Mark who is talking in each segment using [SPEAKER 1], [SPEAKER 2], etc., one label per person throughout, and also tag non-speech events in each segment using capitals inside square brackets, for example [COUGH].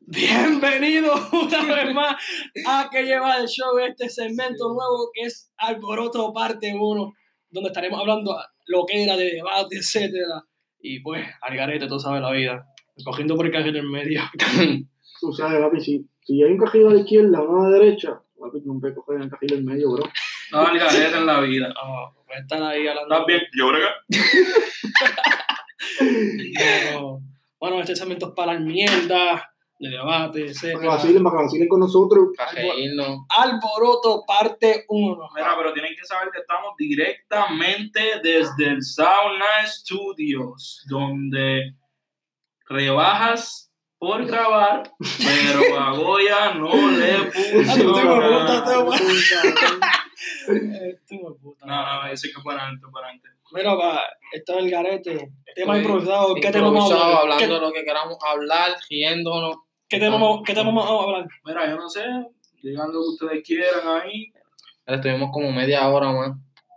[SPEAKER 1] Bienvenido [LAUGHS] una
[SPEAKER 2] [LAUGHS]
[SPEAKER 1] vez más a que lleva el show este segmento nuevo que es Alboroto Parte 1, donde estaremos hablando lo que era de debate, etcétera. Y pues, al garete, tú sabes la vida. Cogiendo por el cajero en medio. [LAUGHS]
[SPEAKER 3] Tú sabes, papi, si, si hay un cajil a la izquierda, uno a la derecha, papi, no me coger el cajil en medio, bro.
[SPEAKER 4] No, al garete en la vida.
[SPEAKER 1] Oh, pues están ahí hablando.
[SPEAKER 4] ¿Estás bien? Yo brega.
[SPEAKER 1] Pero, bueno, este segmento es para la mierda, de debate,
[SPEAKER 3] Para
[SPEAKER 1] etcétera.
[SPEAKER 3] que vacilen, para que vacilen con nosotros.
[SPEAKER 2] Cajeíno.
[SPEAKER 1] Alboroto Parte 1.
[SPEAKER 4] Mira, pero tienen que saber que estamos directamente desde el Sauna Studios, donde rebajas por grabar, pero a Goya no le
[SPEAKER 1] [LAUGHS] Ah, tú te
[SPEAKER 4] funciona.
[SPEAKER 1] corruptas,
[SPEAKER 4] No,
[SPEAKER 1] bueno.
[SPEAKER 2] [LAUGHS]
[SPEAKER 3] Tú
[SPEAKER 1] eh,
[SPEAKER 4] no, eso es que para adelante, para adelante.
[SPEAKER 1] Mira, va, esto es el garete. Tema
[SPEAKER 2] Estoy
[SPEAKER 1] improvisado. ¿Qué tema vamos a
[SPEAKER 2] Improvisado,
[SPEAKER 1] hablar?
[SPEAKER 2] hablando
[SPEAKER 1] ¿Qué,
[SPEAKER 2] lo que queramos hablar, riéndonos.
[SPEAKER 1] qué tema, vamos- ¿Qué tema vamos a hablar?
[SPEAKER 4] Mira, yo no sé, digan lo que ustedes quieran ahí,
[SPEAKER 2] Estuvimos como media hora más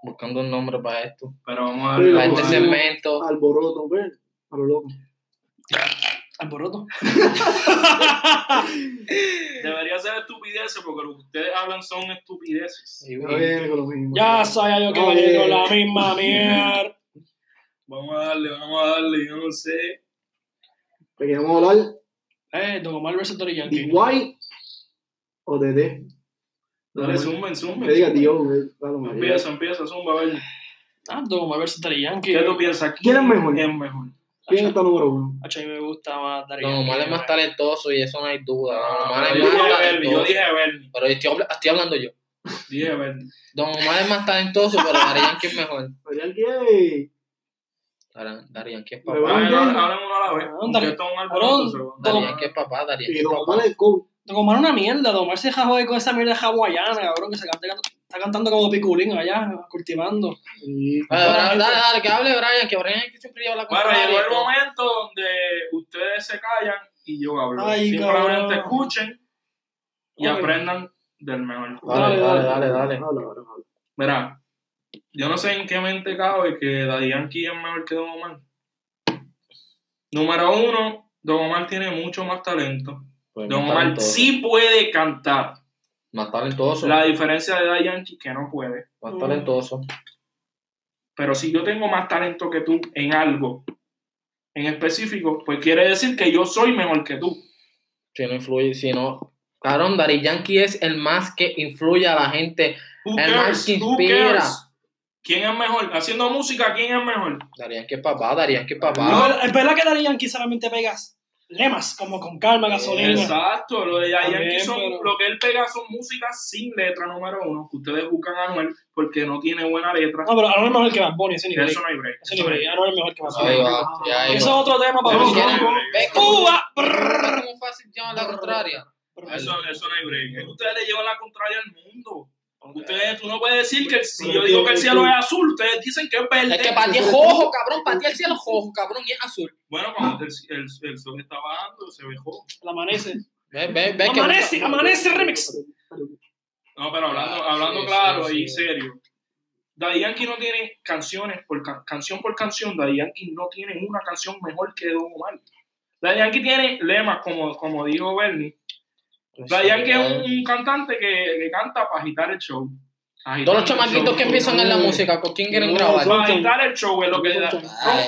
[SPEAKER 2] buscando un nombre para esto.
[SPEAKER 4] pero vamos a
[SPEAKER 3] Pero
[SPEAKER 2] Para
[SPEAKER 4] darle.
[SPEAKER 2] este
[SPEAKER 3] bueno.
[SPEAKER 2] segmento.
[SPEAKER 3] Alboroto, ven. A lo loco.
[SPEAKER 1] Alboroto.
[SPEAKER 4] Debería ser estupideces, porque lo que ustedes hablan son estupideces.
[SPEAKER 2] Sí,
[SPEAKER 3] Ya viene con lo mismo.
[SPEAKER 1] Ya sabía yo que iba a
[SPEAKER 3] Oye.
[SPEAKER 1] ir con la misma mierda.
[SPEAKER 4] Vamos a darle, vamos a darle, yo no sé.
[SPEAKER 3] Te queremos hablar
[SPEAKER 1] [LAUGHS] Eh, Don Omar versus Tony
[SPEAKER 3] de
[SPEAKER 1] Yankee.
[SPEAKER 3] Y o de D.
[SPEAKER 4] Dale, zumben, zumben.
[SPEAKER 3] Que diga Dios, güey. Claro, María.
[SPEAKER 4] Empieza, empieza, zumba, a ver.
[SPEAKER 1] Ah, Don Omar versus Daddy Yankee.
[SPEAKER 4] ¿Qué tú piensas?
[SPEAKER 3] ¿Quién es mejor?
[SPEAKER 4] ¿Quién es mejor?
[SPEAKER 3] ¿Quién está número uno?
[SPEAKER 1] Hacho, a mí me gusta más Daddy
[SPEAKER 2] Don
[SPEAKER 1] Yankee.
[SPEAKER 2] Omar es más talentoso y eso no hay duda. Don Omar
[SPEAKER 4] Ah, yo
[SPEAKER 2] es más
[SPEAKER 4] dije Bernie, yo
[SPEAKER 2] talentoso.
[SPEAKER 4] dije Bernie.
[SPEAKER 2] Pero estoy, habla- estoy hablando yo.
[SPEAKER 4] Dije Bernie.
[SPEAKER 2] Don Omar es más talentoso, pero Darían que es mejor.
[SPEAKER 3] María, ¿qué?
[SPEAKER 2] Darían que es
[SPEAKER 3] Pero
[SPEAKER 2] papá.
[SPEAKER 3] bueno.
[SPEAKER 4] Hablen hablen uno a la vez.
[SPEAKER 1] Ah,
[SPEAKER 4] porque
[SPEAKER 1] dale.
[SPEAKER 4] esto es un
[SPEAKER 1] Cabrón,
[SPEAKER 4] alboroto. se va.
[SPEAKER 2] Darían que es papá, Darían que
[SPEAKER 3] Y
[SPEAKER 2] es
[SPEAKER 3] Don
[SPEAKER 2] papá.
[SPEAKER 3] Omar es coach.
[SPEAKER 1] Don Omar es una mierda. Don Omar se jode con esa mierda hawaiana, cabrón, que se canta, está cantando como piculín allá, cultivando.
[SPEAKER 3] Y-
[SPEAKER 2] Dale, dale, dale, dale, que hable Brian, que Brian que siempre lleva la
[SPEAKER 4] Bueno, llegó el
[SPEAKER 2] contraria.
[SPEAKER 4] momento donde ustedes se callan y yo hablo.
[SPEAKER 1] Ay, cabrón.
[SPEAKER 4] Simplemente escuchen y
[SPEAKER 1] Ok.
[SPEAKER 4] aprendan del mejor.
[SPEAKER 2] Dale, dale, dale, dale.
[SPEAKER 3] Habla, habla, habla.
[SPEAKER 4] Mira, yo no sé en qué mente cabe que Daddy Yankee es mejor que Don Omar. Número uno, Don Omar tiene mucho más talento.
[SPEAKER 2] Pues
[SPEAKER 4] Don
[SPEAKER 2] más
[SPEAKER 4] Omar
[SPEAKER 2] talentoso.
[SPEAKER 4] sí puede cantar.
[SPEAKER 2] Más talentoso.
[SPEAKER 4] La diferencia de Daddy Yankee que no puede.
[SPEAKER 2] Más talentoso.
[SPEAKER 4] Pero si yo tengo más talento que tú en algo en específico, pues quiere decir que yo soy mejor que tú.
[SPEAKER 2] Si no influye, si no. Cabrón, Dari Yankee es el más que influye a la gente.
[SPEAKER 4] Who
[SPEAKER 2] El más
[SPEAKER 4] cares?
[SPEAKER 2] que
[SPEAKER 4] Who
[SPEAKER 2] inspira.
[SPEAKER 4] cares? ¿Quién es mejor? Haciendo música, ¿quién es mejor?
[SPEAKER 2] Dari Yankee es papá, Dari Yankee es
[SPEAKER 1] No,
[SPEAKER 2] papá.
[SPEAKER 1] es verdad que Daddy Yankee solamente pegas lemas, como con calma, gasolina.
[SPEAKER 4] Exacto, lo de Daddy
[SPEAKER 1] También,
[SPEAKER 4] Yankee son,
[SPEAKER 1] pero-
[SPEAKER 4] lo que él pega son músicas sin letra número uno. que Ustedes buscan a Anuel porque no tiene buena letra.
[SPEAKER 1] No, pero Anuel es mejor que Bad Bunny, ese nivel.
[SPEAKER 4] Eso no hay break.
[SPEAKER 1] Ese nivel, Anuel es mejor que Bad Bunny.
[SPEAKER 2] Ahí va, y ahí
[SPEAKER 1] Eso es
[SPEAKER 2] va.
[SPEAKER 1] otro tema para
[SPEAKER 4] No,
[SPEAKER 2] Pero
[SPEAKER 1] otro
[SPEAKER 2] si eh,
[SPEAKER 1] día.
[SPEAKER 4] no,
[SPEAKER 2] quieren-
[SPEAKER 4] no.
[SPEAKER 2] ¿Ves cómo-
[SPEAKER 1] Cuba.
[SPEAKER 2] ves cómo fácil llevan la contraria?
[SPEAKER 4] Eso, eso no hay break. Ustedes le llevan la contraria al mundo. Ustedes, tú no puedes decir que si yo digo que el cielo es azul, ustedes dicen que es verde.
[SPEAKER 2] Es que para ti es jojo, cabrón. Para ti el cielo es jojo, cabrón, y es azul.
[SPEAKER 4] Bueno, cuando el, el, el sol está bajando, se dejó.
[SPEAKER 1] El amanece.
[SPEAKER 2] Ve, ve, ve que-
[SPEAKER 1] Amanece, amanece remix.
[SPEAKER 4] No, pero hablando,
[SPEAKER 2] Ah,
[SPEAKER 4] hablando
[SPEAKER 2] sí,
[SPEAKER 4] claro
[SPEAKER 2] sí,
[SPEAKER 4] y
[SPEAKER 2] sí.
[SPEAKER 4] serio. Daddy Yankee no tiene canciones, por ca- canción por canción, Daddy Yankee no tiene una canción mejor que Don Omar. Daddy Yankee tiene lemas, como, como dijo Bernie.
[SPEAKER 2] Pues,
[SPEAKER 4] Daddy Yankee es un, un cantante que, que canta para agitar el show. Agitar
[SPEAKER 2] Todos los
[SPEAKER 4] el
[SPEAKER 2] chamaquitos
[SPEAKER 4] show.
[SPEAKER 2] que empiezan en la música, ¿con quién quieren grabar?
[SPEAKER 4] Para agitar el show es lo que da.
[SPEAKER 2] Ah,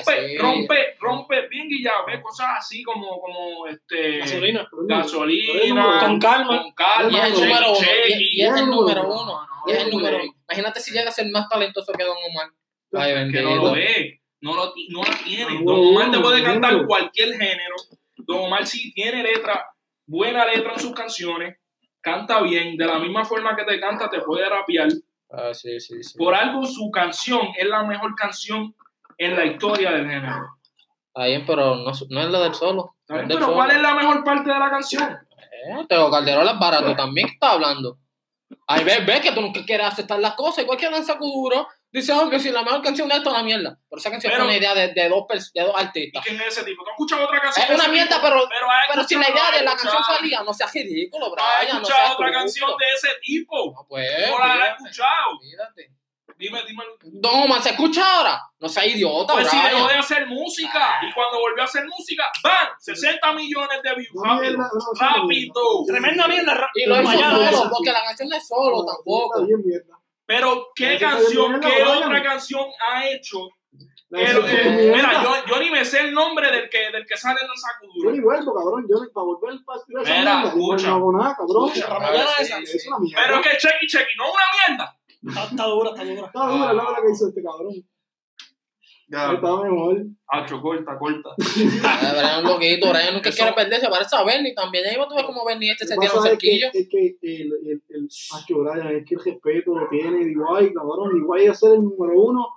[SPEAKER 4] Rompe,
[SPEAKER 2] sí.
[SPEAKER 4] rompe, rompe, bien guillado, ve cosas así como, como este,
[SPEAKER 1] Gasolina.
[SPEAKER 4] gasolina,
[SPEAKER 1] Con calma.
[SPEAKER 4] con calma,
[SPEAKER 2] Y es el
[SPEAKER 4] check,
[SPEAKER 2] número uno.
[SPEAKER 4] check,
[SPEAKER 2] Y, y es el
[SPEAKER 3] Checky.
[SPEAKER 2] número uno. Y es el
[SPEAKER 3] Checky.
[SPEAKER 2] número uno. Imagínate si llega a ser más talentoso que Don Omar. Ay,
[SPEAKER 4] que
[SPEAKER 2] bendito.
[SPEAKER 4] no lo es, no, lo, ti- no la
[SPEAKER 2] Ah,
[SPEAKER 4] tiene.
[SPEAKER 3] No,
[SPEAKER 4] Don Omar te puede
[SPEAKER 3] no.
[SPEAKER 4] cantar cualquier género. Don Omar sí tiene letra, buena letra en sus canciones, canta bien, de la misma forma que te canta, te puede rapear.
[SPEAKER 2] Ah, sí, sí, sí.
[SPEAKER 4] Por algo su canción es la mejor canción en la historia del género.
[SPEAKER 2] Está bien, pero no, no es la del solo.
[SPEAKER 4] ¿Está bien?
[SPEAKER 2] Del
[SPEAKER 4] Ah, Pero
[SPEAKER 2] solo.
[SPEAKER 4] ¿cuál es la mejor parte de la canción?
[SPEAKER 2] Eh, Teo Calderón es barato también que está hablando. Ay, ves, ves que tú nunca quieres aceptar las cosas. Igual que Danza Kuduro. Dice, oh, que si la mejor canción de esto es una mierda. Pero esa canción
[SPEAKER 4] Pero-
[SPEAKER 2] es una idea de, de dos, pers- de dos
[SPEAKER 4] ¿Y
[SPEAKER 2] artistas.
[SPEAKER 4] quién es ese tipo? ¿Tú escuchas otra canción?
[SPEAKER 2] Es una
[SPEAKER 4] de ese
[SPEAKER 2] mierda,
[SPEAKER 4] tipo?
[SPEAKER 2] pero,
[SPEAKER 4] Pero, has
[SPEAKER 2] pero si la
[SPEAKER 4] escuchado-
[SPEAKER 2] idea de la canción
[SPEAKER 4] has
[SPEAKER 2] salía, no seas ridículo,
[SPEAKER 4] escuchado- has
[SPEAKER 2] Brian. No
[SPEAKER 4] escuchado
[SPEAKER 2] seas
[SPEAKER 4] otra
[SPEAKER 2] corrupto.
[SPEAKER 4] canción de ese tipo.
[SPEAKER 2] No, pues.
[SPEAKER 4] No la has
[SPEAKER 2] olvídate,
[SPEAKER 4] escuchado.
[SPEAKER 2] olvídate.
[SPEAKER 4] Dime, dime.
[SPEAKER 2] Don Omar, ¿se escucha ahora? No sea idiota,
[SPEAKER 4] Pues si
[SPEAKER 2] Brian. Ah.
[SPEAKER 4] dejó de hacer música y cuando volvió a hacer música, ¡bam! 60 millones de views.
[SPEAKER 3] Una
[SPEAKER 4] Rápido.
[SPEAKER 3] mierda, no, sí,
[SPEAKER 4] Rápido.
[SPEAKER 1] Tremenda mierda. ra-
[SPEAKER 2] Y lo hizo
[SPEAKER 1] Mañana
[SPEAKER 2] solo,
[SPEAKER 1] esa.
[SPEAKER 2] porque la canción no es
[SPEAKER 3] no,
[SPEAKER 2] solo
[SPEAKER 3] no,
[SPEAKER 2] tampoco.
[SPEAKER 3] está bien mierda.
[SPEAKER 4] Pero, ¿qué
[SPEAKER 3] Ahí está
[SPEAKER 4] canción,
[SPEAKER 3] bien,
[SPEAKER 4] qué
[SPEAKER 3] Brian.
[SPEAKER 4] otra canción ha hecho?
[SPEAKER 3] La
[SPEAKER 4] El-
[SPEAKER 3] canción
[SPEAKER 4] eh,
[SPEAKER 3] es
[SPEAKER 4] mira,
[SPEAKER 3] mierda.
[SPEAKER 4] yo, yo ni me sé el nombre del que, del que sale en
[SPEAKER 3] Yo
[SPEAKER 4] el
[SPEAKER 3] ni
[SPEAKER 4] sacuduro.
[SPEAKER 3] vuelvo, cabrón. Yo ni para volver para tirar esa
[SPEAKER 4] Mira,
[SPEAKER 3] mierda, yo
[SPEAKER 4] escucha.
[SPEAKER 3] No hago nada, cabrón.
[SPEAKER 1] Escucha,
[SPEAKER 2] Ah,
[SPEAKER 1] Mañana
[SPEAKER 2] sí,
[SPEAKER 1] esa.
[SPEAKER 2] sí.
[SPEAKER 3] Es una mierda.
[SPEAKER 4] Pero que chequi chequi, no una mierda.
[SPEAKER 1] Está, está dura, está dura.
[SPEAKER 3] Está dura la hora que hizo este cabrón. Estaba mejor.
[SPEAKER 4] Hacho, corta, corta.
[SPEAKER 2] Ah, Brian, un loquito, Brian nunca
[SPEAKER 4] Eso-
[SPEAKER 2] quiere perderse, parece a Bernie también. Ya iba tú ves como Bernie este se
[SPEAKER 3] Lo que
[SPEAKER 2] tira un
[SPEAKER 3] pasa es que,
[SPEAKER 2] cerquillo.
[SPEAKER 3] es que el, el, el Macho Brian, es que el respeto lo tiene, digo, ay, cabrón, igual iba a ser el número uno,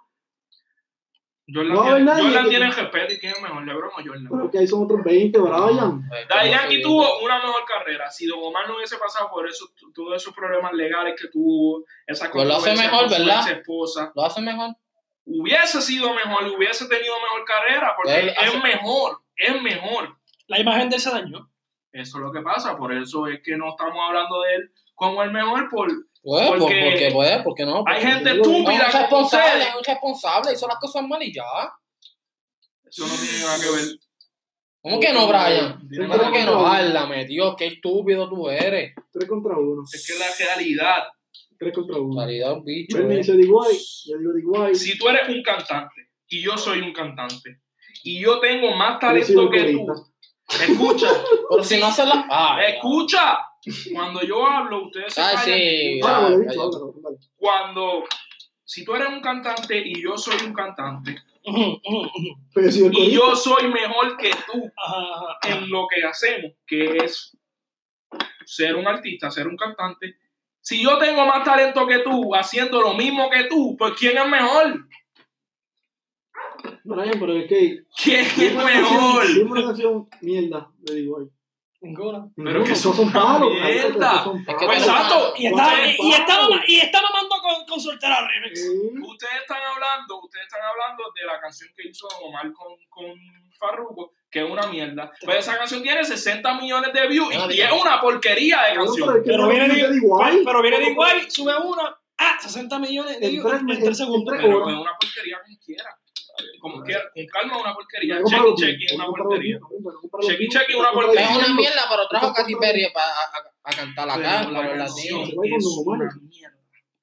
[SPEAKER 4] Jordan,
[SPEAKER 3] No,
[SPEAKER 4] tiene,
[SPEAKER 3] ¿verdad?
[SPEAKER 4] Jordan
[SPEAKER 3] Y-
[SPEAKER 4] tiene respeto y tiene mejor. Le broma a Jordan.
[SPEAKER 3] pero que ahí son otros 20, Brian.
[SPEAKER 2] Pues,
[SPEAKER 4] Daddy
[SPEAKER 2] ¿cómo
[SPEAKER 4] Yankee
[SPEAKER 2] se dice?
[SPEAKER 4] tuvo una mejor carrera. Si Don Omar no hubiese pasado por eso, t- todos esos problemas legales que tuvo, esa
[SPEAKER 2] Pues lo hace
[SPEAKER 4] controversia
[SPEAKER 2] mejor,
[SPEAKER 4] con su
[SPEAKER 2] ¿verdad?
[SPEAKER 4] ex esposa,
[SPEAKER 2] Lo hace mejor.
[SPEAKER 4] hubiese sido mejor, hubiese tenido mejor carrera, porque
[SPEAKER 2] Pues Él hace-
[SPEAKER 4] es mejor, es mejor.
[SPEAKER 1] La imagen de ese daño.
[SPEAKER 4] Eso es lo que pasa, por eso es que no estamos hablando de él como el mejor. Por...
[SPEAKER 2] Pues, porque,
[SPEAKER 4] Porque-
[SPEAKER 2] porque, pues, porque no.
[SPEAKER 4] Hay gente
[SPEAKER 3] no,
[SPEAKER 2] No,
[SPEAKER 4] estúpida
[SPEAKER 2] es
[SPEAKER 4] como
[SPEAKER 2] responsable,
[SPEAKER 4] usted.
[SPEAKER 2] es un responsable, hizo las cosas mal y ya.
[SPEAKER 4] Eso no tiene nada que ver.
[SPEAKER 2] ¿Cómo que no, Brian?
[SPEAKER 4] Tiene
[SPEAKER 3] Pero
[SPEAKER 2] ¿Cómo
[SPEAKER 4] nada
[SPEAKER 2] que
[SPEAKER 4] que
[SPEAKER 2] no?
[SPEAKER 3] no.
[SPEAKER 2] Háblame, Dios, qué estúpido tú eres.
[SPEAKER 3] 3 contra 1,
[SPEAKER 4] Es que la realidad,
[SPEAKER 3] 3 contra 1.
[SPEAKER 2] Calidad un bicho.
[SPEAKER 3] Bernie
[SPEAKER 2] eh.
[SPEAKER 3] dice Diguay, yo digo Diguay,
[SPEAKER 4] si tú eres un cantante y yo soy un cantante y yo tengo
[SPEAKER 3] yo soy un
[SPEAKER 4] más talento que tú,
[SPEAKER 3] corista.
[SPEAKER 4] escucha,
[SPEAKER 2] Pero si no hace la. Ah,
[SPEAKER 4] escucha. Cuando yo hablo, ustedes se
[SPEAKER 2] Ah,
[SPEAKER 4] callan.
[SPEAKER 2] sí.
[SPEAKER 4] Escucha.
[SPEAKER 3] Ahora me lo he dicho, ah,
[SPEAKER 2] Brian.
[SPEAKER 3] ahora, dale.
[SPEAKER 4] Cuando, si tú eres un cantante y yo soy un cantante
[SPEAKER 1] Ujú, ujú, ujú.
[SPEAKER 3] Pero yo soy el
[SPEAKER 4] y
[SPEAKER 3] corista.
[SPEAKER 4] yo soy mejor que tú
[SPEAKER 1] Ajá, ajá, ajá.
[SPEAKER 4] en lo que hacemos, que es ser un artista, ser un cantante. Si yo tengo más talento que tú, haciendo lo mismo que tú, pues ¿quién es mejor?
[SPEAKER 3] Brian, pero es que...
[SPEAKER 4] ¿Quién es
[SPEAKER 3] dime una canción-
[SPEAKER 4] mejor?
[SPEAKER 3] dime una canción mierda de Diguay.
[SPEAKER 1] Ninguna.
[SPEAKER 4] Pero que
[SPEAKER 3] esos
[SPEAKER 4] son
[SPEAKER 3] son palos,
[SPEAKER 4] una
[SPEAKER 3] cabrón,
[SPEAKER 4] mierda.
[SPEAKER 3] esos son
[SPEAKER 2] Es que
[SPEAKER 3] palos.
[SPEAKER 4] Pues,
[SPEAKER 3] ah,
[SPEAKER 4] exacto.
[SPEAKER 1] Y está,
[SPEAKER 3] Ustedes-
[SPEAKER 1] y, está, mama- y está mamando con, con soltera remix.
[SPEAKER 3] Sí.
[SPEAKER 4] Ustedes están hablando, ustedes están hablando de la canción que hizo Don Omar con, con Farruko, que es una mierda. Pues esa canción tiene 60 millones de views y, y es una porquería de
[SPEAKER 3] Cabrón,
[SPEAKER 4] canción.
[SPEAKER 3] Ah, pero es que
[SPEAKER 1] Pero
[SPEAKER 3] no
[SPEAKER 1] viene,
[SPEAKER 3] es
[SPEAKER 1] de,
[SPEAKER 3] de Diguay.
[SPEAKER 1] pero, pero viene de igual, sube una. Ah, 60 millones de
[SPEAKER 3] En
[SPEAKER 1] views
[SPEAKER 3] tres-
[SPEAKER 1] en
[SPEAKER 3] en-
[SPEAKER 1] 3
[SPEAKER 3] en
[SPEAKER 1] segundos.
[SPEAKER 3] tres-
[SPEAKER 4] Pero es una porquería como quiera.
[SPEAKER 3] Ah,
[SPEAKER 4] Como quiera, con calma es una porquería.
[SPEAKER 3] Pero cómpralo
[SPEAKER 4] Chequi chequi es
[SPEAKER 3] tú,
[SPEAKER 4] una
[SPEAKER 3] cómpralo
[SPEAKER 4] porquería.
[SPEAKER 3] tú, cómpralo tú, cómpralo
[SPEAKER 4] Chequi,
[SPEAKER 3] tú.
[SPEAKER 4] chequi, una
[SPEAKER 3] Cómpralo
[SPEAKER 4] porquería.
[SPEAKER 2] Es
[SPEAKER 3] tú.
[SPEAKER 2] una mierda, pero trajo a Katy Perry para a, a- a cantar
[SPEAKER 4] Ah,
[SPEAKER 2] acá,
[SPEAKER 4] Pero
[SPEAKER 2] para
[SPEAKER 4] la
[SPEAKER 2] los
[SPEAKER 4] canción
[SPEAKER 2] latinos.
[SPEAKER 3] se va con
[SPEAKER 4] es
[SPEAKER 3] Don
[SPEAKER 4] una
[SPEAKER 3] Omar.
[SPEAKER 4] mierda.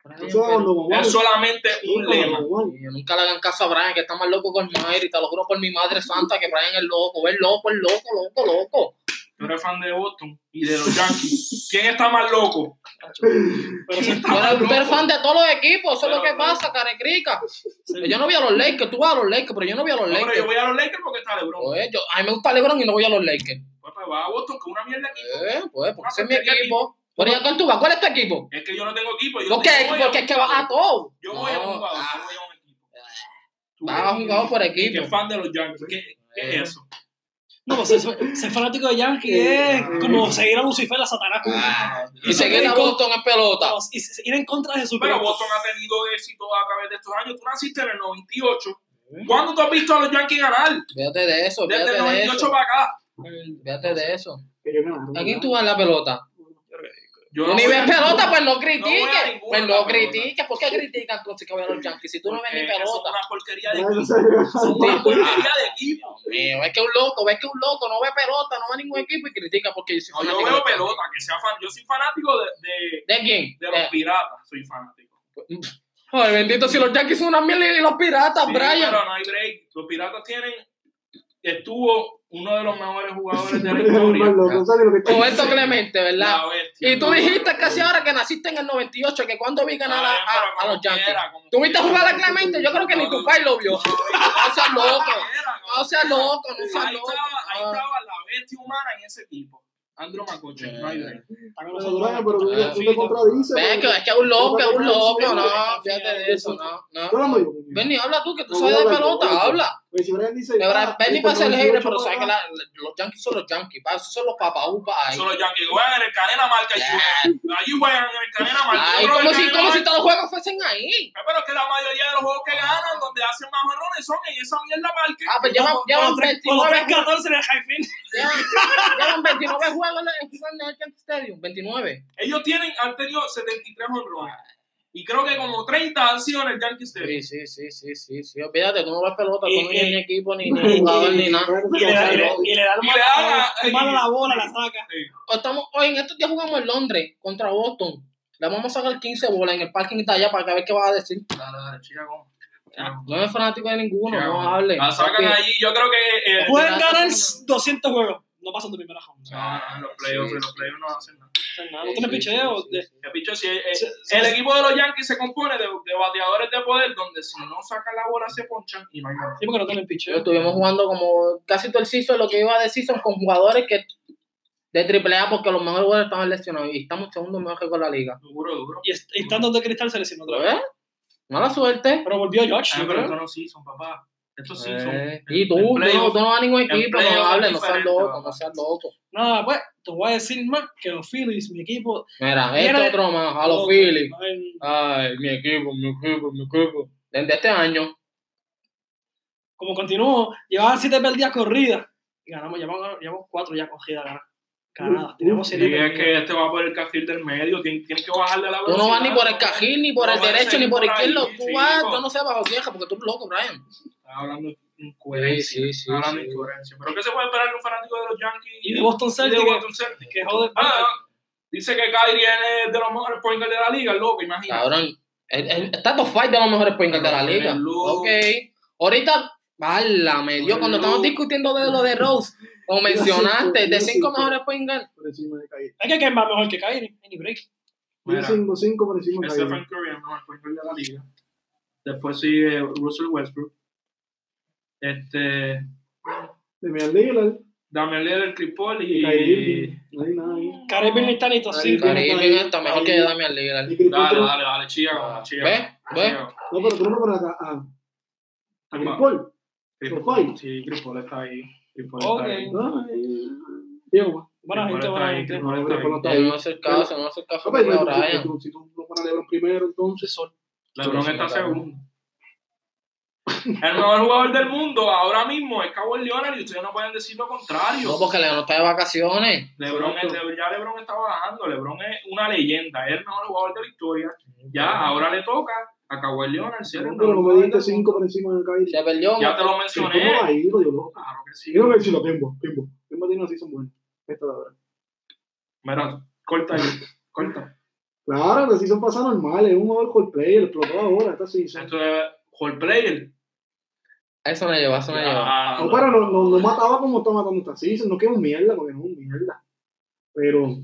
[SPEAKER 3] Eso es cuando Bobo-
[SPEAKER 4] Es solamente
[SPEAKER 3] Sí,
[SPEAKER 4] un
[SPEAKER 3] cuando
[SPEAKER 4] lema.
[SPEAKER 3] Bobo-
[SPEAKER 2] Yo nunca le hagan caso a Brian, que está más loco que el Mayri, y te lo juro por mi madre santa, que Brian es loco, es loco, es loco, loco, loco.
[SPEAKER 4] Tú eres fan de Boston y de los Yankees. ¿Quién está más
[SPEAKER 3] [LAUGHS]
[SPEAKER 4] loco?
[SPEAKER 1] Pero
[SPEAKER 4] ¿Quién
[SPEAKER 1] se-
[SPEAKER 4] está
[SPEAKER 2] Yo
[SPEAKER 4] más
[SPEAKER 2] era
[SPEAKER 4] loco?
[SPEAKER 2] súper fan de todos los equipos, eso es lo que
[SPEAKER 4] Pero-
[SPEAKER 2] pasa, carecrica.
[SPEAKER 1] se-
[SPEAKER 2] Yo no voy a los Lakers, tú vas a los Lakers, pero yo no voy a los
[SPEAKER 4] No, pero yo
[SPEAKER 2] Lakers.
[SPEAKER 4] voy a los Lakers Oh. porque está LeBron.
[SPEAKER 2] Pues, yo- a mí me gusta LeBron y no voy a los Lakers.
[SPEAKER 4] Pues, pues, va a Boston que una mierda aquí.
[SPEAKER 2] Eh, pues, porque
[SPEAKER 4] Ah,
[SPEAKER 2] ese es mi
[SPEAKER 4] pero ¿qué
[SPEAKER 2] equipo. Pero ya con tú vas, ¿cuál es tu equipo?
[SPEAKER 4] Es que yo no tengo equipo. Yo
[SPEAKER 2] ¿Por qué?
[SPEAKER 4] tengo-
[SPEAKER 2] Porque es que vas a todo.
[SPEAKER 4] Yo voy a un
[SPEAKER 2] No,
[SPEAKER 4] jugador, yo
[SPEAKER 2] ah,
[SPEAKER 4] voy a un equipo. Tú
[SPEAKER 2] Vas a
[SPEAKER 4] eres
[SPEAKER 2] un jugador por
[SPEAKER 4] que
[SPEAKER 2] equipo.
[SPEAKER 4] es fan de los Yankees. ¿Qué, qué
[SPEAKER 2] Eh.
[SPEAKER 4] es eso?
[SPEAKER 1] No, pues ser, ser fanático de Yankee es como seguir a Lucifer, a Satanás.
[SPEAKER 3] Ah.
[SPEAKER 2] Y seguir a Boston en pelota.
[SPEAKER 1] No, y se- ir en contra de Jesucristo.
[SPEAKER 4] Pero Boston ha tenido éxito a través de estos años. Tú naciste en el 98. ¿Cuándo tú has visto a los Yankees ganar?
[SPEAKER 2] Fíjate de eso,
[SPEAKER 4] Desde el
[SPEAKER 2] fíjate Eh. de
[SPEAKER 4] 98
[SPEAKER 2] eso.
[SPEAKER 4] para acá.
[SPEAKER 2] Fíjate de eso.
[SPEAKER 3] Que yo ganaron,
[SPEAKER 2] ¿A quién tú
[SPEAKER 3] ¿verdad?
[SPEAKER 2] vas en la pelota?
[SPEAKER 4] Yo
[SPEAKER 2] Tú ni
[SPEAKER 4] voy
[SPEAKER 2] ves
[SPEAKER 4] a-
[SPEAKER 2] pelota, pues no critiques.
[SPEAKER 4] voy a ninguna
[SPEAKER 2] pues no
[SPEAKER 4] pelota.
[SPEAKER 2] critiques. ¿Por qué critican entonces que voy a los Yankees si tú no ves
[SPEAKER 4] Porque
[SPEAKER 2] ni
[SPEAKER 4] Son
[SPEAKER 2] pelota?
[SPEAKER 4] una porquería de
[SPEAKER 3] Claro,
[SPEAKER 4] equipo.
[SPEAKER 3] serio.
[SPEAKER 4] Son una
[SPEAKER 2] Sí. ah.
[SPEAKER 4] porquería de equipo.
[SPEAKER 2] Dios mío, es que un loco, ves que un loco no ve pelota, no ve ningún equipo y critica porque yo soy
[SPEAKER 4] No, yo
[SPEAKER 2] fanático
[SPEAKER 4] veo
[SPEAKER 2] de-
[SPEAKER 4] pelota, que sea fan. Yo soy fanático de, de,
[SPEAKER 2] ¿De quién?
[SPEAKER 4] de los
[SPEAKER 2] Eh,
[SPEAKER 4] piratas. Soy fanático.
[SPEAKER 2] Ay, bendito, si los Yankees son una mierda y los piratas,
[SPEAKER 4] Sí,
[SPEAKER 2] Ah, Brian.
[SPEAKER 4] Pero no hay break. Los piratas tienen. Estuvo uno de los mejores jugadores de la
[SPEAKER 3] [LAUGHS]
[SPEAKER 4] historia.
[SPEAKER 3] Más loco, ¿sabes lo que está
[SPEAKER 2] Roberto
[SPEAKER 3] diciendo?
[SPEAKER 2] Clemente, ¿verdad?
[SPEAKER 4] La bestia.
[SPEAKER 2] Y tú dijiste casi ahora que naciste en el 98, que cuando vi ganar a,
[SPEAKER 4] Ay, pero
[SPEAKER 2] a- a los
[SPEAKER 4] como
[SPEAKER 2] Yankees.
[SPEAKER 4] quiera, como
[SPEAKER 2] ¿Tú viste
[SPEAKER 4] quiera.
[SPEAKER 2] jugar a Clemente? Yo creo que ni tu pai lo vio. No seas
[SPEAKER 3] [LAUGHS]
[SPEAKER 2] loco, no seas loco, no seas
[SPEAKER 4] Ahí
[SPEAKER 2] loco.
[SPEAKER 4] estaba, ahí
[SPEAKER 2] Ah.
[SPEAKER 4] estaba la bestia humana en ese equipo. Andrew Macoche, no hay break.
[SPEAKER 1] Está con
[SPEAKER 3] Pero,
[SPEAKER 1] nosotros.
[SPEAKER 3] Brian, pero tú-
[SPEAKER 2] Ah,
[SPEAKER 3] tú te contradices.
[SPEAKER 2] Ve que
[SPEAKER 3] porque-
[SPEAKER 2] es que es un loco, es un loco, no,
[SPEAKER 3] Yo
[SPEAKER 2] fíjate de eso, no,
[SPEAKER 3] Yo
[SPEAKER 2] no.
[SPEAKER 3] lo digo.
[SPEAKER 2] Benny, habla tú, que tú
[SPEAKER 3] No,
[SPEAKER 2] sabes
[SPEAKER 3] yo
[SPEAKER 2] de
[SPEAKER 3] hablo, yo
[SPEAKER 2] pelota,
[SPEAKER 3] hablo.
[SPEAKER 2] habla.
[SPEAKER 3] Pues si Brian dice.
[SPEAKER 2] Pero
[SPEAKER 3] ah, este
[SPEAKER 2] Benny va a ser hater,
[SPEAKER 3] 98
[SPEAKER 2] pero sabes que
[SPEAKER 3] para
[SPEAKER 2] la- los Yankees son los Yankees, pa, esos son los papá upa ahí.
[SPEAKER 4] Son los Yankees juegan en el Canena Marca. y juegan- Allí juegan en el Canena Marca.
[SPEAKER 2] Ay,
[SPEAKER 4] Yo creo
[SPEAKER 2] como
[SPEAKER 4] que
[SPEAKER 2] si,
[SPEAKER 4] el
[SPEAKER 2] como
[SPEAKER 4] Canena
[SPEAKER 2] si
[SPEAKER 4] Marca-
[SPEAKER 2] todos los juegos fuesen ahí.
[SPEAKER 4] Pero es que la mayoría de los juegos que ganan, donde hacen más errores, son en esa mierda parque.
[SPEAKER 2] Ah, pues llevan, llevan
[SPEAKER 1] Con los tres- con los
[SPEAKER 2] 29 juegos.
[SPEAKER 1] 3-14 de Jaifín.
[SPEAKER 2] Llevan, llevan 29 juegos en en- en el Yankee Stadium, 29.
[SPEAKER 4] Ellos tienen, han tenido 73 honrones. Y creo que como 30 canciones Yankees de
[SPEAKER 2] Sí, sí, sí, sí, sí, sí. Olvídate, tú no ves pelota,
[SPEAKER 1] Y-
[SPEAKER 2] tú no tienes
[SPEAKER 1] y-
[SPEAKER 2] ni
[SPEAKER 3] [LAUGHS]
[SPEAKER 2] equipo, ni, ni jugador, ni nada.
[SPEAKER 1] Y le da, y le, y le da el
[SPEAKER 4] Y
[SPEAKER 1] mano
[SPEAKER 4] le da
[SPEAKER 1] a la-
[SPEAKER 4] la-
[SPEAKER 1] el mano a la bola, la saca.
[SPEAKER 2] Estamos, hoy en estos días jugamos en Londres contra Boston. Le vamos a sacar 15 bolas en el parking de allá para que a ver qué vas a decir.
[SPEAKER 4] Dale, dale, chica, ¿cómo?
[SPEAKER 2] No eres fanático de ninguno,
[SPEAKER 4] Chica,
[SPEAKER 2] no
[SPEAKER 4] ¿cómo?
[SPEAKER 2] hable.
[SPEAKER 4] La sacan
[SPEAKER 2] papi.
[SPEAKER 4] ahí, yo creo que... eh,
[SPEAKER 1] Pueden ganar 200 juegos. No pasan tu primera ronda.
[SPEAKER 4] no, no, en los playoffs,
[SPEAKER 2] Sí,
[SPEAKER 4] en los playoffs no hacen nada.
[SPEAKER 1] O sea, nada, No tienen picheo.
[SPEAKER 2] Sí, sí,
[SPEAKER 1] de-
[SPEAKER 2] sí, sí.
[SPEAKER 4] Ya, picho, si, eh, eh,
[SPEAKER 1] se- se-
[SPEAKER 4] el equipo de los Yankees se compone de, de bateadores de poder donde si no sacan la bola se ponchan y no hay nada.
[SPEAKER 1] Sí, porque no tienen picheo.
[SPEAKER 2] Estuvimos jugando como casi todo el season, lo que iba de season, con jugadores que de triple A porque los mejores jugadores estaban lesionados y estamos segundo mejor que con la liga.
[SPEAKER 4] Duro, duro.
[SPEAKER 1] Y est- y estando de cristal se lesionó otra vez.
[SPEAKER 2] ¿Eh? Mala suerte.
[SPEAKER 1] Pero volvió George.
[SPEAKER 4] Ah,
[SPEAKER 1] yo
[SPEAKER 4] pero
[SPEAKER 1] creo.
[SPEAKER 4] esto no sí son papá. Esto sí son.
[SPEAKER 2] Eh, y tú, tú, no- tú no vas a ningún equipo,
[SPEAKER 4] playoff
[SPEAKER 2] no
[SPEAKER 4] es
[SPEAKER 2] hables, no seas
[SPEAKER 4] diferente,
[SPEAKER 2] loco,
[SPEAKER 4] papá.
[SPEAKER 2] no seas loco.
[SPEAKER 1] Nada, pues, te voy a decir más que los Phillies, mi equipo.
[SPEAKER 2] Mira,
[SPEAKER 1] Mira,
[SPEAKER 2] este otro más, a los
[SPEAKER 1] no,
[SPEAKER 2] Phillies.
[SPEAKER 1] no, en-
[SPEAKER 2] Ay, mi equipo, mi equipo, mi equipo. Desde este año,
[SPEAKER 1] Como continuó, llevaban siete perdidas corridas. Y ganamos, llevamos, llevamos cuatro ya cogidas ganadas. Ganadas. Teníamos
[SPEAKER 4] Uh, Y
[SPEAKER 1] siete.
[SPEAKER 4] es
[SPEAKER 1] perdidas.
[SPEAKER 4] que este va por el cajil del medio, tienen, tienen que bajarle la
[SPEAKER 2] tú no vas ni por el
[SPEAKER 4] ¿no?
[SPEAKER 2] cajil, ni por
[SPEAKER 4] No
[SPEAKER 2] el
[SPEAKER 4] vas a
[SPEAKER 2] derecho, ni
[SPEAKER 4] seguir
[SPEAKER 2] por el
[SPEAKER 4] por ahí,
[SPEAKER 2] izquierdo. Tú
[SPEAKER 4] sí,
[SPEAKER 2] vas,
[SPEAKER 4] hijo.
[SPEAKER 2] yo no sé bajo tierra porque tú eres loco, Brian.
[SPEAKER 4] Estaba hablando de incoherencia.
[SPEAKER 2] Sí, sí, sí,
[SPEAKER 4] Estaba hablando de
[SPEAKER 2] sí.
[SPEAKER 4] incoherencia. Pero ¿qué se puede esperar de un fanático de los Yankees?
[SPEAKER 1] Y de Boston
[SPEAKER 4] Y de
[SPEAKER 1] Celtics. que-
[SPEAKER 4] Boston Celtics.
[SPEAKER 1] Que joder.
[SPEAKER 4] Ah, dice que Kyrie es de los mejores point guard de la liga, loco, imagínate.
[SPEAKER 2] Cabrón, el- el- está top five de los mejores point guards de la
[SPEAKER 4] Pero
[SPEAKER 2] liga.
[SPEAKER 4] el loco.
[SPEAKER 2] Ok. Ahorita, válame Dios,
[SPEAKER 4] el
[SPEAKER 2] cuando estamos
[SPEAKER 4] loco.
[SPEAKER 2] discutiendo de lo de Rose, o mencionaste de cinco mejores point guards.
[SPEAKER 3] por encima de Kyrie.
[SPEAKER 1] Es que es más mejor que Kyrie. Any break.
[SPEAKER 3] Un
[SPEAKER 4] Mira.
[SPEAKER 3] 5-5 por encima de Kyrie.
[SPEAKER 4] Stephen Curry es el mejor point guard de la liga. Después sigue Russell Westbrook. Este,
[SPEAKER 3] De Damian Lillard,
[SPEAKER 4] Damian Lillard, Chris Paul
[SPEAKER 3] de
[SPEAKER 4] y...
[SPEAKER 3] Kyrie Irving. No hay nada ahí.
[SPEAKER 1] Kyrie Irving está ni
[SPEAKER 3] Kyrie
[SPEAKER 1] tosido.
[SPEAKER 3] Irving
[SPEAKER 2] Kyrie
[SPEAKER 3] está
[SPEAKER 2] Irving
[SPEAKER 3] ahí.
[SPEAKER 2] está mejor que
[SPEAKER 3] Kyrie-
[SPEAKER 2] Damian Lillard.
[SPEAKER 3] y Chris Paul.
[SPEAKER 4] Dale, dale, dale, chía, chía.
[SPEAKER 2] ¿Ves? ¿Ves?
[SPEAKER 4] chía.
[SPEAKER 3] No, pero tú no me pones acá. Ah, a Chris Paul.
[SPEAKER 4] Chris
[SPEAKER 3] Paul.
[SPEAKER 4] Sí, Chris Paul está ahí. Chris Paul
[SPEAKER 1] Ok.
[SPEAKER 4] está ahí.
[SPEAKER 3] Ah, eh, Diego, ma.
[SPEAKER 1] Buena gente,
[SPEAKER 4] Ahora
[SPEAKER 1] buena
[SPEAKER 4] está
[SPEAKER 1] gente.
[SPEAKER 4] ahí.
[SPEAKER 3] No, no, no, no está
[SPEAKER 2] Él
[SPEAKER 3] ahí.
[SPEAKER 2] no hace el caso, no hace el caso
[SPEAKER 3] Ah,
[SPEAKER 2] de
[SPEAKER 3] pues, no, tú-
[SPEAKER 2] Brian.
[SPEAKER 3] tú- Si tú no pones a LeBron primero, entonces.
[SPEAKER 1] Sol.
[SPEAKER 4] LeBron
[SPEAKER 2] Sí,
[SPEAKER 4] está
[SPEAKER 2] sí,
[SPEAKER 4] segundo. [LAUGHS] El mejor jugador del mundo ahora mismo es Kawhi Leonard y ustedes no pueden decir lo contrario.
[SPEAKER 2] No, porque Leonard está de vacaciones.
[SPEAKER 4] LeBron es-
[SPEAKER 3] Exacto.
[SPEAKER 4] ya LeBron está bajando. LeBron es una leyenda. Es el mejor jugador de la historia. Ya, ahora le toca a Kawhi Leonard ser el
[SPEAKER 3] No,
[SPEAKER 4] mejor
[SPEAKER 3] pero como
[SPEAKER 4] jugador
[SPEAKER 3] dijiste,
[SPEAKER 4] del
[SPEAKER 3] 5 por encima de Kyrie.
[SPEAKER 2] Se perdió.
[SPEAKER 4] mundo. Ya te lo
[SPEAKER 3] Sí, ¿Cómo va
[SPEAKER 4] mencioné.
[SPEAKER 3] ahí, lo digo?
[SPEAKER 4] Claro que sí.
[SPEAKER 3] Quiero decirlo, Pimbo, Pimbo. Pimbo tiene una season buena. Esta de ahora.
[SPEAKER 4] Mira, corta ahí. Corta.
[SPEAKER 3] Claro, la season pasa normal, es un overhaul player, explotó ahora, esta season.
[SPEAKER 4] Esto es Hall Player.
[SPEAKER 2] Eso no lleva, eso no lleva.
[SPEAKER 4] Ah,
[SPEAKER 3] No, pero no, no, no mataba como está matando esta season, no que es un mierda, porque no es un mierda. Pero,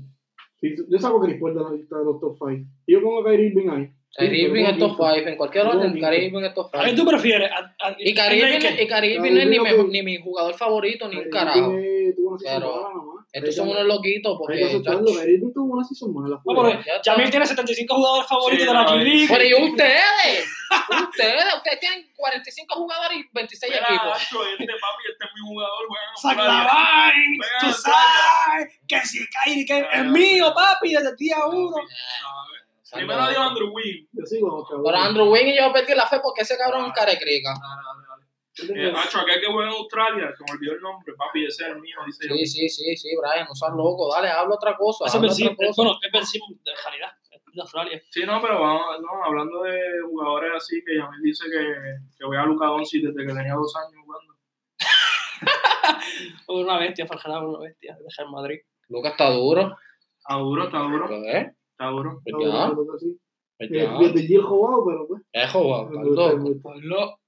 [SPEAKER 3] sí, yo saco a Chris Paul de la lista de los top 5. Y yo pongo a Kyrie Irving ahí.
[SPEAKER 2] Kyrie Irving es top
[SPEAKER 3] Pero
[SPEAKER 2] 5, en cualquier
[SPEAKER 3] Yo
[SPEAKER 2] orden,
[SPEAKER 3] vi-
[SPEAKER 2] Kyrie Irving es top
[SPEAKER 1] ¿A quién
[SPEAKER 2] 5.
[SPEAKER 1] tú prefieres? ¿A, a,
[SPEAKER 2] Y Kyrie Irving, y Kyrie Irving no es ni,
[SPEAKER 3] Kyrie
[SPEAKER 2] mejor-
[SPEAKER 3] Irving-
[SPEAKER 2] ni mi jugador favorito, ni un
[SPEAKER 3] Kyrie
[SPEAKER 2] carajo.
[SPEAKER 3] Irving, eh, tuvo una season
[SPEAKER 2] Pero
[SPEAKER 3] mala, mamá.
[SPEAKER 2] Estos
[SPEAKER 3] Hay
[SPEAKER 2] son
[SPEAKER 3] que-
[SPEAKER 2] unos loquitos
[SPEAKER 3] Hay que
[SPEAKER 2] porque...
[SPEAKER 3] aceptarlo,
[SPEAKER 2] chacho.
[SPEAKER 3] Kyrie Irving tuvo una season mala.
[SPEAKER 1] No, porque
[SPEAKER 2] Ya está.
[SPEAKER 1] Jamil tiene 75 jugadores favoritos
[SPEAKER 4] Sí,
[SPEAKER 1] de la
[SPEAKER 4] no,
[SPEAKER 1] G-League.
[SPEAKER 2] [LAUGHS] Pero ¿y ustedes? ustedes, ustedes tienen 45 jugadores y 26
[SPEAKER 4] Mira,
[SPEAKER 2] equipos.
[SPEAKER 4] Nacho, este papi, este es mi jugador. juega en Australia.
[SPEAKER 1] Saclavine,
[SPEAKER 4] Venga,
[SPEAKER 1] tú
[SPEAKER 4] Australia.
[SPEAKER 1] sabes que si Kyrie que es mío, papi, desde el día uno.
[SPEAKER 4] ¿Sabes? Primero dio Andrew Wynn.
[SPEAKER 3] Yo sigo a Oscar.
[SPEAKER 2] Por Andrew Wynn y yo perdí la fe porque ese cabrón es
[SPEAKER 4] Ah.
[SPEAKER 2] un carecrica.
[SPEAKER 3] Yo tengo-
[SPEAKER 4] Eh, Nacho, aquel que juega en Australia, se me olvidó el nombre, papi, ese es el mío, dice yo.
[SPEAKER 2] Sí, sí, sí, sí, Brian, no seas loco, dale, habla otra cosa.
[SPEAKER 1] Eso es
[SPEAKER 2] habla
[SPEAKER 1] Ben Simmons.
[SPEAKER 2] otra cosa.
[SPEAKER 1] Bueno, es Ben Simmons, de realidad, de Australia.
[SPEAKER 4] Sí, no, pero vamos, no, hablando de jugadores así, que ya me dice que, que voy a Luca Doncic desde que tenía dos años jugando.
[SPEAKER 1] Una bestia, Farjalá, una bestia, de Real Madrid.
[SPEAKER 2] Lucas está duro.
[SPEAKER 4] Está duro, está duro,
[SPEAKER 2] ¿Qué?
[SPEAKER 4] está duro.
[SPEAKER 2] Pues
[SPEAKER 3] Ah,
[SPEAKER 2] ya,
[SPEAKER 3] bueno, pues sí.
[SPEAKER 2] pues
[SPEAKER 3] Eh,
[SPEAKER 2] ya. Eh,
[SPEAKER 3] Desde Gil jugado, pero pues.
[SPEAKER 2] Es jugado,
[SPEAKER 3] me
[SPEAKER 2] estás
[SPEAKER 3] gusta, me
[SPEAKER 2] loco.
[SPEAKER 3] gusta.
[SPEAKER 1] Pues lo-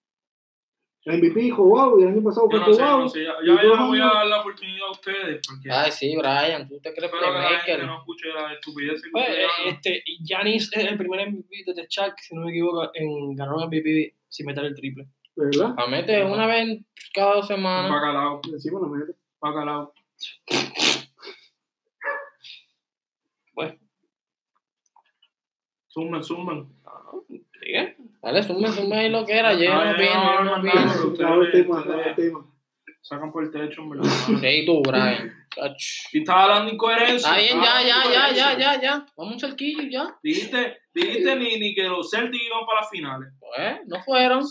[SPEAKER 3] El MVP jugado, y el año pasado
[SPEAKER 4] Yo
[SPEAKER 3] fue
[SPEAKER 4] no sé,
[SPEAKER 3] jugado.
[SPEAKER 4] no sé, ya,
[SPEAKER 3] Y
[SPEAKER 4] ya
[SPEAKER 3] todos
[SPEAKER 4] yo les voy a
[SPEAKER 3] años-
[SPEAKER 4] dar la oportunidad a ustedes, porque
[SPEAKER 2] Ay, sí, Brian, tú te crees
[SPEAKER 4] espero que la gente
[SPEAKER 2] playmaker.
[SPEAKER 4] no escuche la estupidez que
[SPEAKER 1] Pues, eh,
[SPEAKER 4] ustedes hablan.
[SPEAKER 1] este, Giannis es el primer MVP de Chuck, si no me equivoco, en ganó un MVP sin meter el triple.
[SPEAKER 3] ¿Verdad?
[SPEAKER 2] La mete una vez cada dos semanas.
[SPEAKER 4] Bacalao,
[SPEAKER 3] Encima la meta.
[SPEAKER 4] bacalao.
[SPEAKER 1] Bueno.
[SPEAKER 4] Sumen, sumen. eh?
[SPEAKER 1] ¿Qué?
[SPEAKER 2] Dale, sume, sume ahí lo que era.
[SPEAKER 4] Ah,
[SPEAKER 2] Lleva
[SPEAKER 4] ya,
[SPEAKER 2] bien,
[SPEAKER 4] no,
[SPEAKER 2] lleva
[SPEAKER 4] no,
[SPEAKER 2] bien.
[SPEAKER 4] no, ustedes-
[SPEAKER 3] Claro, el tema,
[SPEAKER 4] ustedes-
[SPEAKER 3] claro, el tema.
[SPEAKER 4] Sacan por el techo, en verdad.
[SPEAKER 2] Sí, tú, Brian. Chacho.
[SPEAKER 4] Si estaba hablando incoherencia.
[SPEAKER 2] Está Ah, bien,
[SPEAKER 4] estaba
[SPEAKER 2] ya, ya,
[SPEAKER 4] hablando
[SPEAKER 2] ya,
[SPEAKER 4] incoherencia.
[SPEAKER 2] ya, ya, ya. Vamos un cerquillo, ya.
[SPEAKER 4] Dijiste, dijiste ni, ni que los Celtics iban para las finales.
[SPEAKER 2] Pues, no fueron.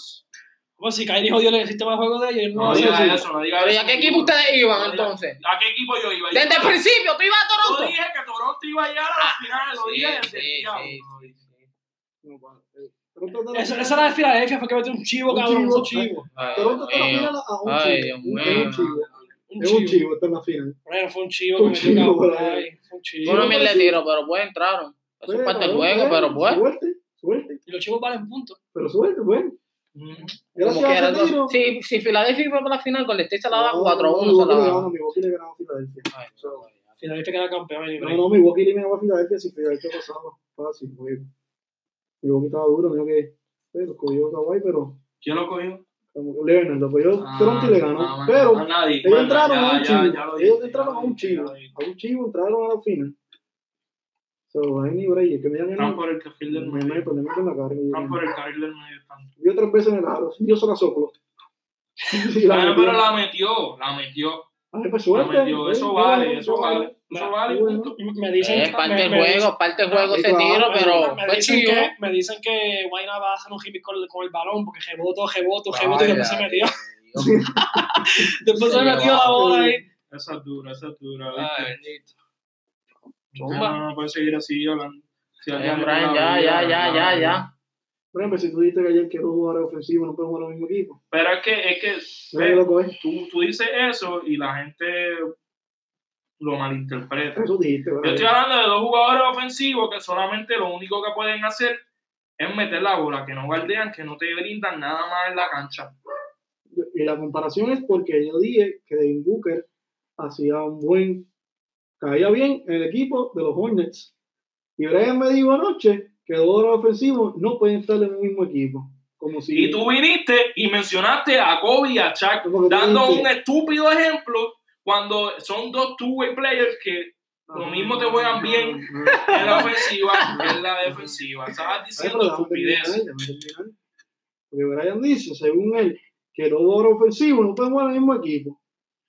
[SPEAKER 1] Pues si Kyrie jodió el sistema de juego de ellos,
[SPEAKER 4] No,
[SPEAKER 1] no,
[SPEAKER 3] sí,
[SPEAKER 4] digas
[SPEAKER 3] sí.
[SPEAKER 4] eso, no digas
[SPEAKER 2] Pero ¿y
[SPEAKER 4] eso.
[SPEAKER 2] a qué equipo ustedes iban entonces?
[SPEAKER 4] ¿A qué equipo yo iba? Yo
[SPEAKER 2] Desde el
[SPEAKER 4] iba-
[SPEAKER 2] principio, tú ibas a
[SPEAKER 4] Yo
[SPEAKER 2] Toronto.
[SPEAKER 4] dije que Toronto iba a llegar a las finales, lo
[SPEAKER 2] Ah, Sí,
[SPEAKER 4] dije desde
[SPEAKER 2] sí,
[SPEAKER 4] el día
[SPEAKER 2] sí,
[SPEAKER 4] uno.
[SPEAKER 2] sí, sí.
[SPEAKER 3] No, pa, eh, Toronto está en la
[SPEAKER 1] Esa, esa era de Filadelfia, fue que metió un chivo,
[SPEAKER 3] Un
[SPEAKER 1] cabrón,
[SPEAKER 3] chivo,
[SPEAKER 1] un chivo.
[SPEAKER 2] Ay, eh,
[SPEAKER 3] Toronto está en la
[SPEAKER 2] Dios mío.
[SPEAKER 3] final a un
[SPEAKER 2] Ay,
[SPEAKER 3] chivo.
[SPEAKER 2] Dios
[SPEAKER 3] Es
[SPEAKER 2] mío.
[SPEAKER 3] un chivo.
[SPEAKER 1] Un
[SPEAKER 3] Es un
[SPEAKER 1] chivo.
[SPEAKER 3] chivo, está en la final.
[SPEAKER 1] Bueno, fue un chivo
[SPEAKER 3] Fue
[SPEAKER 1] que
[SPEAKER 3] un
[SPEAKER 1] metió
[SPEAKER 3] chivo,
[SPEAKER 1] cabrón
[SPEAKER 3] brother.
[SPEAKER 1] ahí, Fue un chivo.
[SPEAKER 2] Uno mil le tiro, pero pues entraron. Es un
[SPEAKER 3] Bueno,
[SPEAKER 2] parte del
[SPEAKER 3] cabrón,
[SPEAKER 2] juego,
[SPEAKER 3] bueno,
[SPEAKER 2] pero pues.
[SPEAKER 3] Suerte, suerte,
[SPEAKER 1] Y los chivos valen puntos.
[SPEAKER 3] pero suerte, bueno.
[SPEAKER 2] Como
[SPEAKER 3] Gracias a
[SPEAKER 2] quiera,
[SPEAKER 3] ese
[SPEAKER 2] no.
[SPEAKER 3] tiro.
[SPEAKER 2] Si, si Filadelfia iba para la final, con el State se la da
[SPEAKER 3] No,
[SPEAKER 2] 4
[SPEAKER 3] no,
[SPEAKER 2] 1, se la
[SPEAKER 3] Milwaukee le
[SPEAKER 2] da.
[SPEAKER 3] ganó, Milwaukee le ganó a Filadelfia.
[SPEAKER 2] Ay,
[SPEAKER 3] So,
[SPEAKER 1] Filadelfia queda campeón. y
[SPEAKER 3] No, no, Milwaukee eliminaba a Filadelfia si Filadelfia pasaba fácil, güey. Milwaukee estaba duro, menos que eh, lo cogió Kawhi, pero
[SPEAKER 4] ¿Quién lo cogió?
[SPEAKER 3] como Leonard lo cogió
[SPEAKER 4] Ah,
[SPEAKER 3] Toronto y le ganó.
[SPEAKER 2] ah, bueno,
[SPEAKER 3] pero
[SPEAKER 4] A nadie.
[SPEAKER 3] ellos
[SPEAKER 4] Bueno,
[SPEAKER 3] entraron a
[SPEAKER 4] ya-
[SPEAKER 3] un
[SPEAKER 4] ya-
[SPEAKER 3] chivo,
[SPEAKER 4] ya lo
[SPEAKER 3] ellos
[SPEAKER 4] dije,
[SPEAKER 3] entraron
[SPEAKER 4] ya
[SPEAKER 3] a
[SPEAKER 4] lo
[SPEAKER 3] un
[SPEAKER 4] dije,
[SPEAKER 3] chivo,
[SPEAKER 4] ya lo dije.
[SPEAKER 3] a un chivo entraron a la final. So, ahí ni break, que me digan que
[SPEAKER 4] Están
[SPEAKER 3] no.
[SPEAKER 4] por el carril
[SPEAKER 2] pues,
[SPEAKER 4] del
[SPEAKER 3] Me me
[SPEAKER 4] medio.
[SPEAKER 3] problema con la cara.
[SPEAKER 4] Están
[SPEAKER 3] yo-
[SPEAKER 4] por el carril del medio. están.
[SPEAKER 3] Yo tres veces en el aro, yo se la [LAUGHS] soplo. Y la
[SPEAKER 2] Ah,
[SPEAKER 4] Bueno,
[SPEAKER 3] metí.
[SPEAKER 4] pero la metió, la metió.
[SPEAKER 3] Ay, pues
[SPEAKER 4] La
[SPEAKER 3] suerte.
[SPEAKER 4] metió. Eso
[SPEAKER 3] eh,
[SPEAKER 4] vale,
[SPEAKER 3] bueno,
[SPEAKER 4] eso vale. Eso vale.
[SPEAKER 3] Bueno.
[SPEAKER 4] punto.
[SPEAKER 1] Me dicen
[SPEAKER 2] Es parte del juego, parte del juego
[SPEAKER 3] Sí,
[SPEAKER 2] ese
[SPEAKER 3] claro,
[SPEAKER 2] tiro, pero
[SPEAKER 1] me
[SPEAKER 2] fue
[SPEAKER 1] dicen
[SPEAKER 2] chivo.
[SPEAKER 1] que, me dicen que Guayna va a hacer un hippie con, el- con el balón porque reboto, reboto, reboto y
[SPEAKER 2] Ay,
[SPEAKER 1] después se
[SPEAKER 2] ay,
[SPEAKER 1] metió.
[SPEAKER 2] Dios.
[SPEAKER 3] [LAUGHS]
[SPEAKER 1] Después se
[SPEAKER 2] Se
[SPEAKER 1] metió
[SPEAKER 2] llevaba.
[SPEAKER 1] la bola ahí.
[SPEAKER 4] Esa es dura, esa es dura.
[SPEAKER 2] Ay,
[SPEAKER 4] ¿viste?
[SPEAKER 2] bendito.
[SPEAKER 4] No, no, no puede seguir así hablando. Si
[SPEAKER 2] Ya,
[SPEAKER 4] alguien le
[SPEAKER 2] Eh, Brian,
[SPEAKER 4] pone la
[SPEAKER 2] ya, ya,
[SPEAKER 4] bola,
[SPEAKER 2] ya,
[SPEAKER 4] no,
[SPEAKER 2] ya,
[SPEAKER 4] no.
[SPEAKER 2] ya.
[SPEAKER 3] Por ejemplo, si tú dijiste que ayer que dos jugadores ofensivos no pueden jugar en el mismo equipo.
[SPEAKER 4] Pero es que, es que
[SPEAKER 3] Mira qué loco eh, es.
[SPEAKER 4] tú, tú dices eso y la gente lo malinterpreta.
[SPEAKER 3] Eso dijiste,
[SPEAKER 4] Yo
[SPEAKER 3] ¿verdad?
[SPEAKER 4] estoy hablando de dos jugadores ofensivos que solamente lo único que pueden hacer es meter la bola, que no guardean, que no te brindan nada más en la cancha.
[SPEAKER 3] Y la comparación es porque yo dije que Devin Booker hacía un buen. caía bien en el equipo de los Hornets. Y Brian me dijo anoche que dos jugadores ofensivos no pueden estar en el mismo equipo. Como si.
[SPEAKER 4] Y tú viniste y mencionaste a Kobe y a Shaq,
[SPEAKER 3] Como que tú
[SPEAKER 4] dando
[SPEAKER 3] dijiste-
[SPEAKER 4] un estúpido ejemplo cuando son dos two-way players que
[SPEAKER 3] Ah,
[SPEAKER 4] lo mismo te juegan bien. en la ofensiva que en la defensiva. Estabas
[SPEAKER 3] Ay,
[SPEAKER 4] diciendo
[SPEAKER 3] pero déjame
[SPEAKER 4] estupidez.
[SPEAKER 3] terminar, déjame terminar. Porque Brian dice, según él, que los jugadores ofensivos no pueden jugar en el mismo equipo.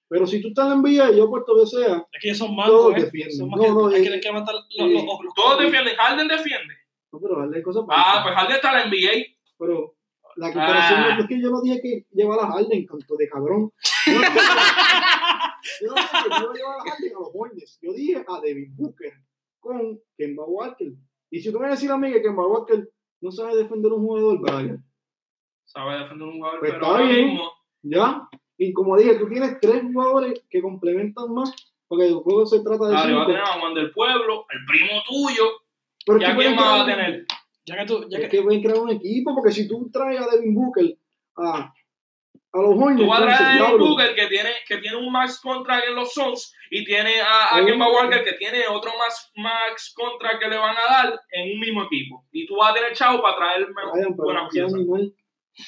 [SPEAKER 3] Pero si tú estás en la NBA, yo puesto que sea,
[SPEAKER 1] Es que ellos son
[SPEAKER 3] Todos
[SPEAKER 1] malos, ¿eh?
[SPEAKER 3] defienden.
[SPEAKER 1] Son más
[SPEAKER 3] No,
[SPEAKER 1] que,
[SPEAKER 3] no,
[SPEAKER 1] hay
[SPEAKER 3] eh,
[SPEAKER 1] que tener que levantar los,
[SPEAKER 3] eh,
[SPEAKER 1] los, los, los-
[SPEAKER 4] Todos defienden. Harden defiende.
[SPEAKER 3] No, pero darle cosas
[SPEAKER 4] Ah, pues Harden está en la NBA.
[SPEAKER 3] Pero la comparación
[SPEAKER 4] Ah.
[SPEAKER 3] no- es que yo no dije que llevar a Harden, tanto de cabrón. Yo no dije yo no dije que yo llevar a Harden a los Hornets. Yo dije a Devin Booker con Kemba Walker. Y si tú me decís a mí que Kemba Walker no sabe defender un jugador, Brian,
[SPEAKER 4] Sabe defender un jugador,
[SPEAKER 3] Pues
[SPEAKER 4] pero
[SPEAKER 3] está
[SPEAKER 4] ahora
[SPEAKER 3] bien.
[SPEAKER 4] mismo.
[SPEAKER 3] ¿ya? Y como dije, tú tienes tres jugadores que complementan más, porque el juego se trata de
[SPEAKER 4] Ahora va a
[SPEAKER 3] cinco.
[SPEAKER 4] tener a Juan del Pueblo, el primo tuyo.
[SPEAKER 3] Pero
[SPEAKER 4] ¿Y a quién más va a tener?
[SPEAKER 1] Ya que tú, ya
[SPEAKER 3] Es
[SPEAKER 1] que,
[SPEAKER 3] que pueden crear un equipo, porque si tú traes a Devin Booker a, a los Hornets,
[SPEAKER 4] Tú vas a
[SPEAKER 3] entonces,
[SPEAKER 4] traer a Devin
[SPEAKER 3] diablo,
[SPEAKER 4] Booker que tiene, que tiene un max contract en los Suns y tiene a, a
[SPEAKER 3] Sí.
[SPEAKER 4] Kemba Walker que tiene otro max, max contract que le van a dar en un mismo equipo. Y tú vas a tener chavo para traer
[SPEAKER 3] Brian, pero
[SPEAKER 4] buenas
[SPEAKER 3] no sea
[SPEAKER 4] piezas.
[SPEAKER 3] animal.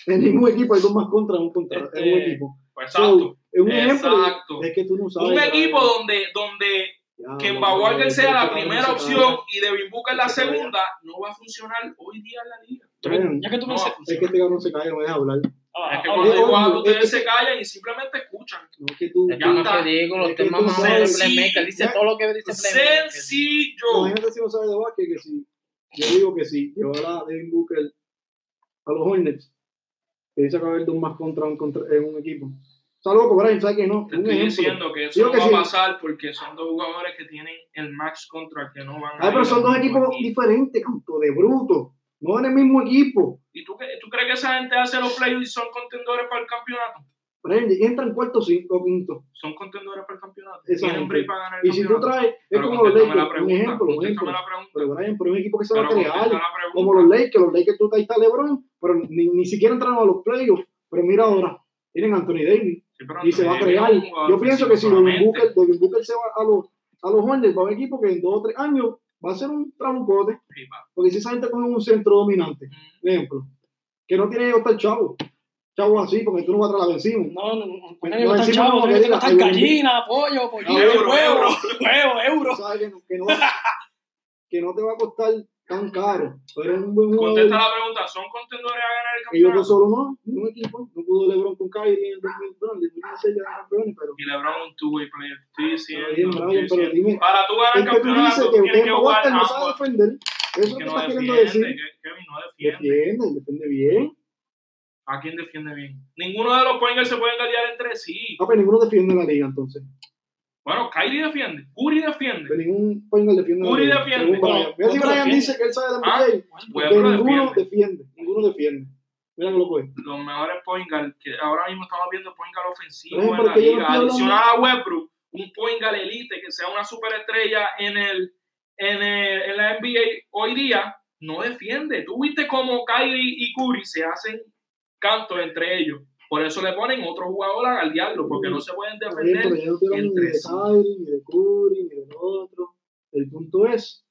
[SPEAKER 3] En ningún equipo hay dos más contra un contra. En un
[SPEAKER 4] Este,
[SPEAKER 3] equipo.
[SPEAKER 4] Pues
[SPEAKER 3] So,
[SPEAKER 4] exacto.
[SPEAKER 3] es un ejemplo. de-
[SPEAKER 4] Exacto.
[SPEAKER 3] Es que tú no sabes. Ah,
[SPEAKER 4] Un
[SPEAKER 3] Brian.
[SPEAKER 4] equipo donde, donde
[SPEAKER 3] Ya,
[SPEAKER 4] que
[SPEAKER 3] Brian,
[SPEAKER 4] Walker sea
[SPEAKER 3] Brian,
[SPEAKER 4] la primera
[SPEAKER 3] Brian,
[SPEAKER 4] opción y Devin Booker la
[SPEAKER 3] se cae.
[SPEAKER 4] segunda, no va a funcionar hoy día en la liga.
[SPEAKER 3] Brian,
[SPEAKER 1] ya que tú
[SPEAKER 4] No
[SPEAKER 1] me
[SPEAKER 4] va a
[SPEAKER 1] dices...
[SPEAKER 3] Es que
[SPEAKER 4] funcionar.
[SPEAKER 3] este cabrón se cae, no me deja hablar.
[SPEAKER 1] Ah,
[SPEAKER 4] Es que
[SPEAKER 1] ah,
[SPEAKER 4] cuando
[SPEAKER 3] es
[SPEAKER 4] yo hablo,
[SPEAKER 3] obvio, es
[SPEAKER 4] ustedes
[SPEAKER 3] que-
[SPEAKER 4] se callan y simplemente escuchan.
[SPEAKER 3] No, es que tú.
[SPEAKER 2] Es que
[SPEAKER 4] Ya
[SPEAKER 2] no es
[SPEAKER 4] está.
[SPEAKER 2] ridículo,
[SPEAKER 3] Es que
[SPEAKER 2] usted es más
[SPEAKER 3] tú
[SPEAKER 2] mamón de
[SPEAKER 4] sabes-
[SPEAKER 2] Playmaker. Dice
[SPEAKER 3] Ya-
[SPEAKER 2] todo lo que dice Playmaker.
[SPEAKER 4] Sencillo.
[SPEAKER 3] Imagínate si no sabes de básquet que si yo digo que si llevar a Devin Booker a los Hornets, te dice que va a haber dos más contra un, contra, en un equipo. O sea, loco, Brian, ¿sabes que no?
[SPEAKER 4] Te
[SPEAKER 3] un
[SPEAKER 4] estoy
[SPEAKER 3] ejemplo.
[SPEAKER 4] diciendo que eso
[SPEAKER 3] Digo
[SPEAKER 4] no
[SPEAKER 3] que
[SPEAKER 4] va a
[SPEAKER 3] sí.
[SPEAKER 4] pasar porque son dos jugadores que tienen el max contra que no van a
[SPEAKER 3] Ay, Ah, pero
[SPEAKER 4] ir
[SPEAKER 3] son dos
[SPEAKER 4] al mismo
[SPEAKER 3] equipos
[SPEAKER 4] equipo.
[SPEAKER 3] diferentes, canto de bruto. No en el mismo equipo.
[SPEAKER 4] ¿Y tú, cre- tú crees que esa gente hace los playoffs y son contendores para el campeonato?
[SPEAKER 3] Brian, entran cuarto cinco quinto.
[SPEAKER 4] Son contendores para el campeonato.
[SPEAKER 3] Exacto.
[SPEAKER 4] Tienen break para ganar el
[SPEAKER 3] Y si tú
[SPEAKER 4] campeonato.
[SPEAKER 3] traes, es
[SPEAKER 4] Pero
[SPEAKER 3] como los
[SPEAKER 4] contéstame la
[SPEAKER 3] Lakers, un
[SPEAKER 4] pregunta.
[SPEAKER 3] ejemplo, un
[SPEAKER 4] Contéstame
[SPEAKER 3] ejemplo.
[SPEAKER 4] la pregunta.
[SPEAKER 3] Pero Brian, pero es un equipo que se va
[SPEAKER 4] Pero
[SPEAKER 3] a crear.
[SPEAKER 4] contéstame la
[SPEAKER 3] Como los
[SPEAKER 4] pregunta.
[SPEAKER 3] Lakers, los Lakers tú traes a LeBron, pero ni, ni siquiera entraron a los playoffs. Pero mira ahora, tienen a Anthony Davis
[SPEAKER 4] Sí, pero
[SPEAKER 3] y se va a
[SPEAKER 4] Anthony Davis
[SPEAKER 3] crear.
[SPEAKER 4] es un jugador
[SPEAKER 3] Yo pienso que si Devin
[SPEAKER 4] solamente.
[SPEAKER 3] Booker, Devin Booker se va a los, a los Hornets, va a un equipo que en dos o tres años va a ser un trabucote.
[SPEAKER 4] Sí, va.
[SPEAKER 3] Porque si esa gente coge un centro dominante,
[SPEAKER 4] Mm.
[SPEAKER 3] por ejemplo, que no tiene que estar chavo, chavo así, porque tú no vas a traer a Ben Simmons.
[SPEAKER 1] No, no, no.
[SPEAKER 3] Pues
[SPEAKER 1] Tiene que
[SPEAKER 3] no
[SPEAKER 1] costar
[SPEAKER 3] decimos
[SPEAKER 1] chavo,
[SPEAKER 3] lo que
[SPEAKER 1] tiene que
[SPEAKER 3] diga,
[SPEAKER 1] costar
[SPEAKER 3] hay un-
[SPEAKER 1] gallina, pollo,
[SPEAKER 2] pues,
[SPEAKER 1] pollo,
[SPEAKER 3] Ah,
[SPEAKER 4] euro,
[SPEAKER 1] huevo,
[SPEAKER 4] euro.
[SPEAKER 1] huevo,
[SPEAKER 3] Tú
[SPEAKER 1] euro.
[SPEAKER 3] sabes que no, que no, que no te va a costar tan caro. Pero es un buen jugador.
[SPEAKER 4] Contesta la pregunta, ¿son contendores a ganar el
[SPEAKER 3] Y yo que
[SPEAKER 4] campeonato?
[SPEAKER 3] solo no, ningún equipo. No pudo LeBron con Kyrie en el 2000, bueno, en el 2016 ya eran campeones, pero.
[SPEAKER 4] Y LeBron tuvo y player. Estoy diciendo,
[SPEAKER 3] Ah, Está bien,
[SPEAKER 4] estoy
[SPEAKER 3] Brian, pero
[SPEAKER 4] diciendo.
[SPEAKER 3] dime.
[SPEAKER 4] Para tú ganar
[SPEAKER 3] Es
[SPEAKER 4] el
[SPEAKER 3] que tú dices
[SPEAKER 4] campeonato,
[SPEAKER 3] que
[SPEAKER 4] tienes que
[SPEAKER 3] Kemba
[SPEAKER 4] jugar
[SPEAKER 3] Walker no sabe
[SPEAKER 4] ambos.
[SPEAKER 3] defender. Eso es lo
[SPEAKER 4] Que
[SPEAKER 3] que
[SPEAKER 4] no
[SPEAKER 3] estás queriendo
[SPEAKER 4] defiende,
[SPEAKER 3] decir.
[SPEAKER 4] que- Kevin no defiende.
[SPEAKER 3] Defiende, defiende bien.
[SPEAKER 4] ¿A quién defiende bien? Ninguno de los point guards se puede engañar entre sí.
[SPEAKER 3] Ah, pero ninguno defiende en la liga entonces.
[SPEAKER 4] Bueno, Kyrie defiende, Curry defiende,
[SPEAKER 3] Que ningún Poingal defiende. a
[SPEAKER 4] Curry
[SPEAKER 3] Brian,
[SPEAKER 4] defiende.
[SPEAKER 3] según
[SPEAKER 1] No,
[SPEAKER 3] Brian. Mira si
[SPEAKER 1] otro
[SPEAKER 3] Brian
[SPEAKER 1] defiende.
[SPEAKER 3] dice que él sabe de
[SPEAKER 4] Ah,
[SPEAKER 3] NBA.
[SPEAKER 4] Westbrook
[SPEAKER 3] que ninguno
[SPEAKER 4] defiende.
[SPEAKER 3] defiende. Ninguno defiende. Mira que loco es.
[SPEAKER 4] los mejores point guard que ahora mismo estamos viendo point guard ofensivo
[SPEAKER 3] Pero es
[SPEAKER 4] en la
[SPEAKER 3] porque yo no
[SPEAKER 4] liga.
[SPEAKER 3] estoy hablando-
[SPEAKER 4] Adicional a Westbrook, un point guard elite que sea una superestrella en el, en el- en la NBA hoy día no defiende. Tú viste cómo Kyrie y Curry se hacen cantos entre ellos. Por eso le ponen otro jugador a galdearlo, porque no se pueden
[SPEAKER 3] Está bien,
[SPEAKER 4] defender.
[SPEAKER 3] pero yo no estoy hablando ni
[SPEAKER 4] entre
[SPEAKER 3] de
[SPEAKER 4] sí.
[SPEAKER 3] Kyrie, ni de Curry, ni del otro. El punto es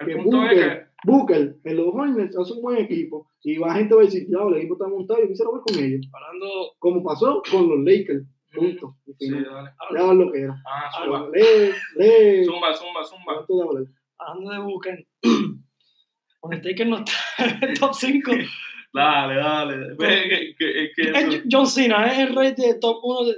[SPEAKER 4] El
[SPEAKER 3] que
[SPEAKER 4] punto es que
[SPEAKER 3] Booker, Booker en los Hornets hace un buen equipo y va gente va a decir, diablo, el equipo está montado y yo quisiera ver con ellos.
[SPEAKER 1] Hablando,
[SPEAKER 3] Como pasó con los Lakers. Punto. Y
[SPEAKER 4] mm, Sí,
[SPEAKER 3] final.
[SPEAKER 4] dale.
[SPEAKER 3] Ya es lo que era.
[SPEAKER 4] Ah, zumba.
[SPEAKER 3] Pero Lee, lee.
[SPEAKER 4] Zumba, zumba, zumba.
[SPEAKER 3] Antes de hablar.
[SPEAKER 1] hablando de [CLEARS THROAT] Booker, Undertaker no está en el top 5.
[SPEAKER 4] Dale, dale. Ve que- que- que eso-
[SPEAKER 1] John Cena es el rey de top 1. De...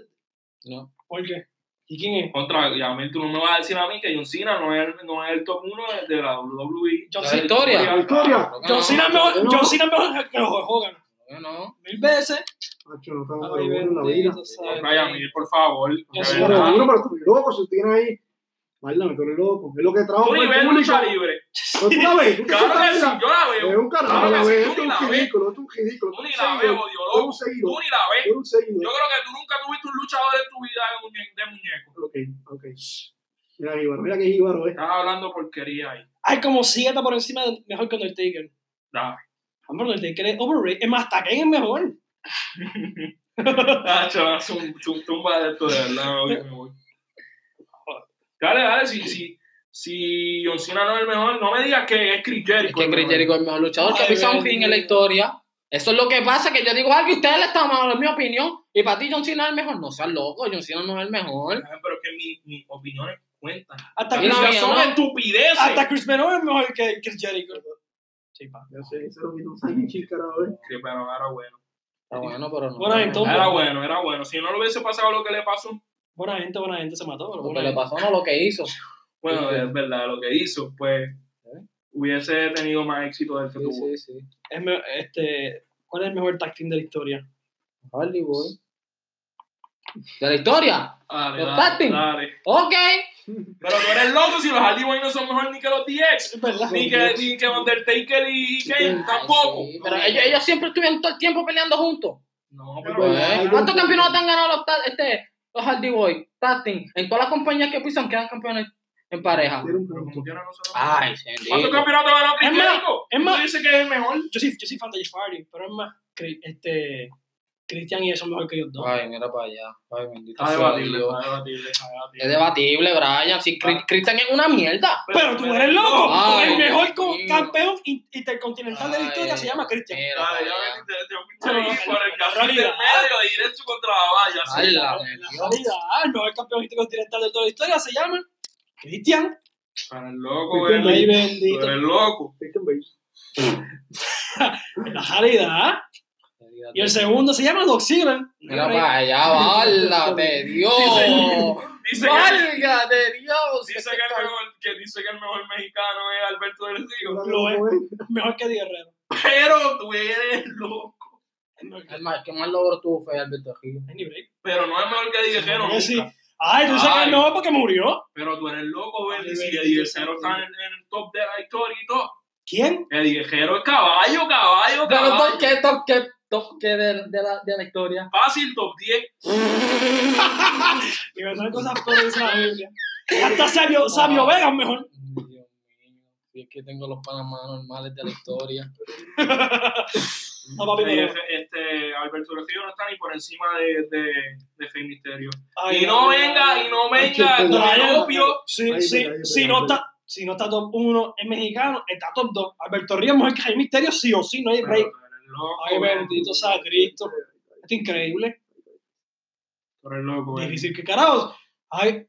[SPEAKER 2] No.
[SPEAKER 1] ¿Por qué? ¿Y quién es?
[SPEAKER 4] Contra, Yamil, tú no me vas a decir a mí que John Cena no es, no es el top 1 de, de la WWE.
[SPEAKER 1] John
[SPEAKER 2] La
[SPEAKER 1] Cena.
[SPEAKER 2] victoria.
[SPEAKER 3] La victoria.
[SPEAKER 2] Creo que Ah, no,
[SPEAKER 1] John Cena es mejor,
[SPEAKER 3] No.
[SPEAKER 1] John Cena es mejor que Hulk Hogan.
[SPEAKER 2] creo que no.
[SPEAKER 1] Mil veces.
[SPEAKER 3] Macho, no está
[SPEAKER 1] Ay,
[SPEAKER 3] número uno en la vida.
[SPEAKER 1] bendito,
[SPEAKER 4] No,
[SPEAKER 1] ¿sabes?
[SPEAKER 4] Yamil, por favor.
[SPEAKER 1] Yo
[SPEAKER 4] De
[SPEAKER 1] soy
[SPEAKER 3] Número
[SPEAKER 4] verdad.
[SPEAKER 3] uno, pero tú eres loco, si tiene ahí. Válame, tú eres loco. Es lo que trajo.
[SPEAKER 4] Tu
[SPEAKER 3] fue el
[SPEAKER 4] nivel
[SPEAKER 3] público.
[SPEAKER 4] lucha libre.
[SPEAKER 3] Pero tú la ves, tú
[SPEAKER 4] Claro
[SPEAKER 3] te
[SPEAKER 4] que sí,
[SPEAKER 3] sientas.
[SPEAKER 4] yo la
[SPEAKER 3] Es
[SPEAKER 4] veo.
[SPEAKER 3] un carajo,
[SPEAKER 4] Claro
[SPEAKER 3] la
[SPEAKER 4] que
[SPEAKER 3] ves,
[SPEAKER 4] sí,
[SPEAKER 3] es
[SPEAKER 4] tú
[SPEAKER 3] un
[SPEAKER 4] la ves.
[SPEAKER 3] ridículo, es un ridículo. es
[SPEAKER 4] Tú
[SPEAKER 3] un
[SPEAKER 4] ni la ves,
[SPEAKER 3] seguidor,
[SPEAKER 4] odio
[SPEAKER 3] es
[SPEAKER 4] loco.
[SPEAKER 3] un
[SPEAKER 4] Tú
[SPEAKER 3] seguidor,
[SPEAKER 4] ni la
[SPEAKER 3] es
[SPEAKER 4] ves.
[SPEAKER 3] un
[SPEAKER 4] Yo
[SPEAKER 3] seguidor.
[SPEAKER 4] creo que tú nunca tuviste un luchador de tu vida de muñe- de muñeco.
[SPEAKER 3] Ok, ok. Mira, Jíbaro, mira que Jíbaro es.
[SPEAKER 4] Estás hablando porquería ahí.
[SPEAKER 1] Hay como 7 por encima de mejor que Undertaker.
[SPEAKER 2] [LAUGHS]
[SPEAKER 4] Dale.
[SPEAKER 1] Hombre, Undertaker es overrated. Es más, Taken es mejor.
[SPEAKER 4] Ah, chaval, zum- zum- tumba de esto de verdad. me voy, me voy. Dale, dale, si, si, si John Cena no es el mejor, no me digas que es Chris Jericho.
[SPEAKER 2] Es que
[SPEAKER 4] el
[SPEAKER 2] Chris
[SPEAKER 4] mejor.
[SPEAKER 2] Jericho es el mejor luchador que
[SPEAKER 1] Ay,
[SPEAKER 2] ha pisado un
[SPEAKER 1] Dios
[SPEAKER 2] ring en la
[SPEAKER 1] mío.
[SPEAKER 2] historia. Eso es lo que pasa, que yo digo algo y ustedes le están mal, es mi opinión. Y para ti John Cena es el mejor. No seas loco, John Cena no es el mejor.
[SPEAKER 4] Ah, Pero es que mi- mis opiniones cuentan.
[SPEAKER 1] Hasta
[SPEAKER 2] Y
[SPEAKER 1] Chris,
[SPEAKER 2] no,
[SPEAKER 4] Las
[SPEAKER 2] mía,
[SPEAKER 4] son
[SPEAKER 2] no.
[SPEAKER 4] estupideces.
[SPEAKER 1] hasta Chris Benoit es mejor que Chris Jericho. Sí, pa.
[SPEAKER 3] Ya sé, ese lo que no sabe ni carajo, eh.
[SPEAKER 4] Sí, pero era bueno.
[SPEAKER 2] Está bueno, pero no.
[SPEAKER 1] Bueno, entonces-
[SPEAKER 4] Era bueno, era bueno. Si no le hubiese pasado lo que le pasó,
[SPEAKER 1] Buena gente, buena gente se mató. Pero
[SPEAKER 2] Lo
[SPEAKER 1] buena
[SPEAKER 2] que le
[SPEAKER 1] gente.
[SPEAKER 2] pasó no lo que hizo.
[SPEAKER 4] bueno,
[SPEAKER 2] Sí.
[SPEAKER 4] es verdad, lo que hizo, pues hubiese tenido más éxito del que
[SPEAKER 2] Sí,
[SPEAKER 4] tuvo.
[SPEAKER 2] sí, sí.
[SPEAKER 1] Es me- este, ¿Cuál es el mejor tag team de la historia?
[SPEAKER 2] Harley Boy. ¿De la historia?
[SPEAKER 4] Dale,
[SPEAKER 2] Los
[SPEAKER 4] dale,
[SPEAKER 2] Tacting.
[SPEAKER 4] dale.
[SPEAKER 2] Ok.
[SPEAKER 4] Pero tú eres loco si los Hardy Boys no son mejor ni que los DX,
[SPEAKER 1] Es verdad.
[SPEAKER 4] ni que, ni que Undertaker y y Kane, tampoco.
[SPEAKER 2] Sí, pero ellos, ellos siempre estuvieron todo el tiempo peleando juntos.
[SPEAKER 4] No, pero
[SPEAKER 3] Bueno,
[SPEAKER 2] Eh,
[SPEAKER 3] hay
[SPEAKER 2] ¿Cuántos
[SPEAKER 3] un-
[SPEAKER 2] campeonatos han ganado los, ta- este, los Hardy Boys? Tasting. En todas las compañías que pisan quedan campeones en pareja.
[SPEAKER 3] Tiene un
[SPEAKER 4] pero como
[SPEAKER 3] punto.
[SPEAKER 4] quiera no se lo-
[SPEAKER 2] Ay,
[SPEAKER 4] ¿Cuántos
[SPEAKER 2] bendito.
[SPEAKER 4] campeonatos ganó Chris
[SPEAKER 1] Es más,
[SPEAKER 4] Jericho?
[SPEAKER 1] es más.
[SPEAKER 4] ¿Tú dices que es el mejor?
[SPEAKER 1] Yo soy, yo soy fan de Jeff Hardy, pero es más, Cri- este, Christian y eso mejor que ellos dos.
[SPEAKER 2] Ay, mira para allá. Ay, bendito.
[SPEAKER 4] Está
[SPEAKER 2] sea
[SPEAKER 4] debatible,
[SPEAKER 2] Dios.
[SPEAKER 4] está debatible, está
[SPEAKER 2] Es
[SPEAKER 4] debatible. Ah.
[SPEAKER 2] debatible, Brian. Si Cri- Christian es una mierda.
[SPEAKER 1] Pero tú eres loco.
[SPEAKER 2] Ay,
[SPEAKER 1] el mejor
[SPEAKER 2] Dios
[SPEAKER 1] co-
[SPEAKER 2] mío.
[SPEAKER 1] campeón in- intercontinental de la historia
[SPEAKER 2] Ay,
[SPEAKER 1] se llama Christian.
[SPEAKER 2] mira para
[SPEAKER 4] Dale, Ah, ya
[SPEAKER 2] allá.
[SPEAKER 4] me- te- te fuiste ahí por el carril del
[SPEAKER 1] realidad.
[SPEAKER 4] medio, directo contra la valla. sí.
[SPEAKER 2] Ay, la
[SPEAKER 1] La
[SPEAKER 2] bendición.
[SPEAKER 1] realidad, el mejor campeón intercontinental de toda la historia se llama Christian.
[SPEAKER 4] Para el loco,
[SPEAKER 3] Fuiste
[SPEAKER 4] Eli.
[SPEAKER 1] Ay,
[SPEAKER 3] ahí.
[SPEAKER 4] Tú
[SPEAKER 1] bendito.
[SPEAKER 4] eres loco.
[SPEAKER 3] Christian Bale.
[SPEAKER 1] La realidad. Y el segundo se llama Doc Ziggler.
[SPEAKER 2] Mira para
[SPEAKER 4] [LAUGHS]
[SPEAKER 2] allá, válgate Dios.
[SPEAKER 4] Dice que,
[SPEAKER 2] Válgate Dios.
[SPEAKER 4] dice que el mejor, que dice que el mejor mexicano es Alberto del Río.
[SPEAKER 1] Lo es. Mejor que Eddie Guerrero.
[SPEAKER 4] Pero tú eres loco.
[SPEAKER 1] Es mejor que-
[SPEAKER 2] El más, que más logro tuvo fue Alberto Gil.
[SPEAKER 1] Ay, ni break.
[SPEAKER 4] Pero no es mejor que Eddie Guerrero nunca.
[SPEAKER 1] Sí. Ay, tú dices que
[SPEAKER 4] Ay.
[SPEAKER 1] es mejor porque murió.
[SPEAKER 4] Pero tú eres loco,
[SPEAKER 1] Ay,
[SPEAKER 4] Bendy. Si
[SPEAKER 1] bendito.
[SPEAKER 4] Eddie Guerrero está en, en el top de la historia y todo.
[SPEAKER 1] ¿Quién?
[SPEAKER 4] Eddie Guerrero es caballo, caballo,
[SPEAKER 2] Pero top
[SPEAKER 4] caballo.
[SPEAKER 2] que, top que, top que de, de, la, de la historia.
[SPEAKER 4] Fácil, top 10.
[SPEAKER 1] Y me salen cosas peores en la Biblia. Hasta Sabio, Sabio Vega es mejor.
[SPEAKER 2] Dios mío, si es que tengo los panamanos normales de la historia.
[SPEAKER 1] No, papi,
[SPEAKER 4] Eddie
[SPEAKER 1] no.
[SPEAKER 4] Guerrero- este, Alberto del Río no está ni por encima de, de, de Fey Misterio.
[SPEAKER 1] Ay,
[SPEAKER 4] y no venga, y no venga,
[SPEAKER 3] Ay,
[SPEAKER 1] Brian.
[SPEAKER 4] con opio.
[SPEAKER 1] Sí,
[SPEAKER 3] Ahí,
[SPEAKER 1] sí,
[SPEAKER 3] ahí, ahí,
[SPEAKER 1] si
[SPEAKER 3] ahí,
[SPEAKER 1] no
[SPEAKER 3] ahí.
[SPEAKER 1] está. Si no está top 1 es mexicano, está top 2. Alberto Ríos, mujer que hay misterio, sí o sí, no hay
[SPEAKER 4] Pero
[SPEAKER 1] break.
[SPEAKER 4] tú eres loco,
[SPEAKER 1] Ay,
[SPEAKER 4] Bendy.
[SPEAKER 1] bendito sea Cristo. Esto es increíble.
[SPEAKER 4] Tú eres loco, Bendy.
[SPEAKER 1] Difícil que carajos. Ay,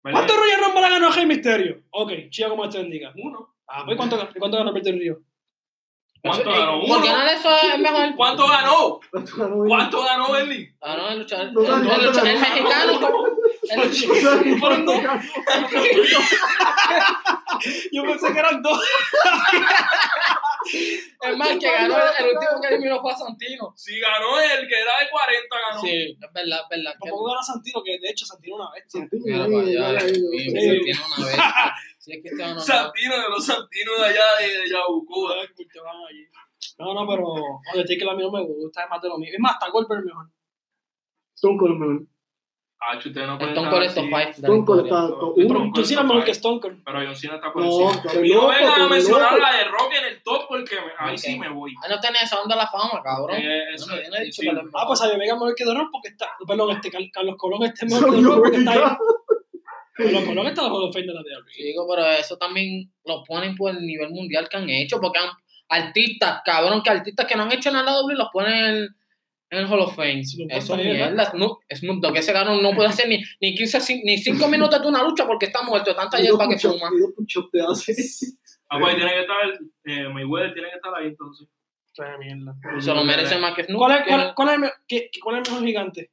[SPEAKER 1] ¿cuánto Royal Rumble ha ganado Rey Misterio? Ok, chica, como te bendiga.
[SPEAKER 4] Uno.
[SPEAKER 1] Ah, pues ¿cuánto, cuánto ganó Alberto Ríos?
[SPEAKER 4] ¿Cuánto ganó?
[SPEAKER 2] ¿Por qué
[SPEAKER 4] Uno.
[SPEAKER 2] no le eso es mejor?
[SPEAKER 4] ¿Cuánto ganó?
[SPEAKER 3] ¿Cuánto?
[SPEAKER 4] ¿Cuánto ganó Bendy?
[SPEAKER 2] Ah, no, el luchador.
[SPEAKER 3] No, no,
[SPEAKER 2] el, el
[SPEAKER 3] no,
[SPEAKER 2] luchador-
[SPEAKER 3] no,
[SPEAKER 2] el
[SPEAKER 3] no.
[SPEAKER 2] mexicano. como- El
[SPEAKER 1] [LAUGHS]
[SPEAKER 2] luchador.
[SPEAKER 4] [LAUGHS]
[SPEAKER 1] Yo pensé que eran dos.
[SPEAKER 2] Es más, que ganó el, el último que eliminó fue a Santino.
[SPEAKER 4] Si ganó el que da de 40, ganó.
[SPEAKER 2] Sí, es verdad, es verdad. que-
[SPEAKER 1] Como era Santino, que de hecho Santino una vez.
[SPEAKER 2] Mira para allá, sí, sí,
[SPEAKER 3] Sí.
[SPEAKER 2] Santino una vez. Sí, es que este
[SPEAKER 4] [LAUGHS]
[SPEAKER 2] no-
[SPEAKER 4] Santino de los Santinos de allá de, de Yabucoa.
[SPEAKER 1] No, no, pero Undertaker a mí no me gusta, es más de lo mío. Es más, está Goldberg mejor.
[SPEAKER 3] Stone Cold, man.
[SPEAKER 4] Ah, ustedes no
[SPEAKER 2] El
[SPEAKER 4] pueden
[SPEAKER 2] Stone
[SPEAKER 4] estar
[SPEAKER 2] Cold es top
[SPEAKER 4] así.
[SPEAKER 2] 5 de la
[SPEAKER 3] Stone Cold
[SPEAKER 2] historia.
[SPEAKER 3] está top
[SPEAKER 4] Pero-
[SPEAKER 3] uno.
[SPEAKER 1] Tú sí eres mejor que Stone Cold.
[SPEAKER 4] Pero John Cena está por
[SPEAKER 3] No,
[SPEAKER 4] encima.
[SPEAKER 3] tú eres
[SPEAKER 4] Y no
[SPEAKER 3] loco,
[SPEAKER 4] vengan
[SPEAKER 3] tú
[SPEAKER 4] a
[SPEAKER 3] eres
[SPEAKER 4] mencionar
[SPEAKER 3] loco.
[SPEAKER 4] la de Rock en el top porque me- ahí
[SPEAKER 2] Ok.
[SPEAKER 4] sí me voy.
[SPEAKER 2] Ah, no tenés esa onda de la fama, cabrón.
[SPEAKER 4] Eh, eso
[SPEAKER 2] no, yo no he
[SPEAKER 4] es
[SPEAKER 2] dicho que
[SPEAKER 4] difícil.
[SPEAKER 2] lo-
[SPEAKER 1] Ah, pues a Omega mejor que The Rock porque está. Perdón, este Car- Carlos Colón este [LAUGHS] es mejor que
[SPEAKER 3] Son
[SPEAKER 1] The Rock porque está ahí.
[SPEAKER 3] dominicanos.
[SPEAKER 1] Carlos Colón está bajo defensa de la
[SPEAKER 2] Sí, Digo, pero eso también lo ponen por el nivel mundial que han hecho, porque han, artistas, cabrón, que artistas que no han hecho nada doble los ponen en, el- en el Hall of Fame.
[SPEAKER 1] Sí, no
[SPEAKER 2] Eso
[SPEAKER 1] importa,
[SPEAKER 2] es
[SPEAKER 1] ¿verdad?
[SPEAKER 2] mierda. Snoop, Snoop Dogg, ese cabrón no puede hacer ni, ni 15, cin- ni 5 minutos de una lucha porque está muerto de tanta
[SPEAKER 3] Y dos
[SPEAKER 2] hierba que
[SPEAKER 3] push-ups,
[SPEAKER 2] fuma.
[SPEAKER 3] y dos push-ups te hace.
[SPEAKER 4] Ah, pues ahí tiene que estar, eh, Mayweather tiene que estar ahí entonces.
[SPEAKER 2] Se lo merece más que Snoop.
[SPEAKER 1] ¿Cuál es,
[SPEAKER 2] que-
[SPEAKER 1] cuál, cuál es, el me- qué- qué- cuál es el mejor gigante?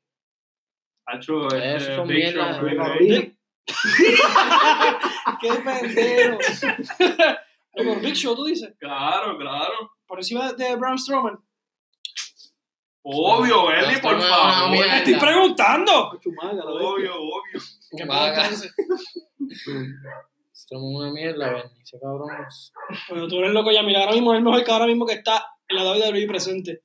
[SPEAKER 4] Hacho,
[SPEAKER 2] Eso
[SPEAKER 4] este,
[SPEAKER 2] son
[SPEAKER 4] Big Show,
[SPEAKER 2] mierda.
[SPEAKER 4] Big Show.
[SPEAKER 3] Gabriel.
[SPEAKER 1] [LAUGHS] ¡Qué [LAUGHS] pendejo! no, pero Big Show, tú dices.
[SPEAKER 4] Claro, claro.
[SPEAKER 1] Por encima de, de Braun Strowman.
[SPEAKER 4] Obvio, Eli,
[SPEAKER 2] Esto
[SPEAKER 4] por
[SPEAKER 2] no es una
[SPEAKER 4] favor.
[SPEAKER 2] mierda.
[SPEAKER 1] ¡Estoy preguntando!
[SPEAKER 3] Chumaga, la
[SPEAKER 4] Obvio, obvio.
[SPEAKER 1] ¿Qué
[SPEAKER 2] Vaga.
[SPEAKER 1] pasa?
[SPEAKER 2] Esto es una mierda, ven, ese cabrón. es-
[SPEAKER 1] Pero pues, tú eres loco ya, mira, ahora mismo es el mejor que ahora mismo que está en la WWE presente.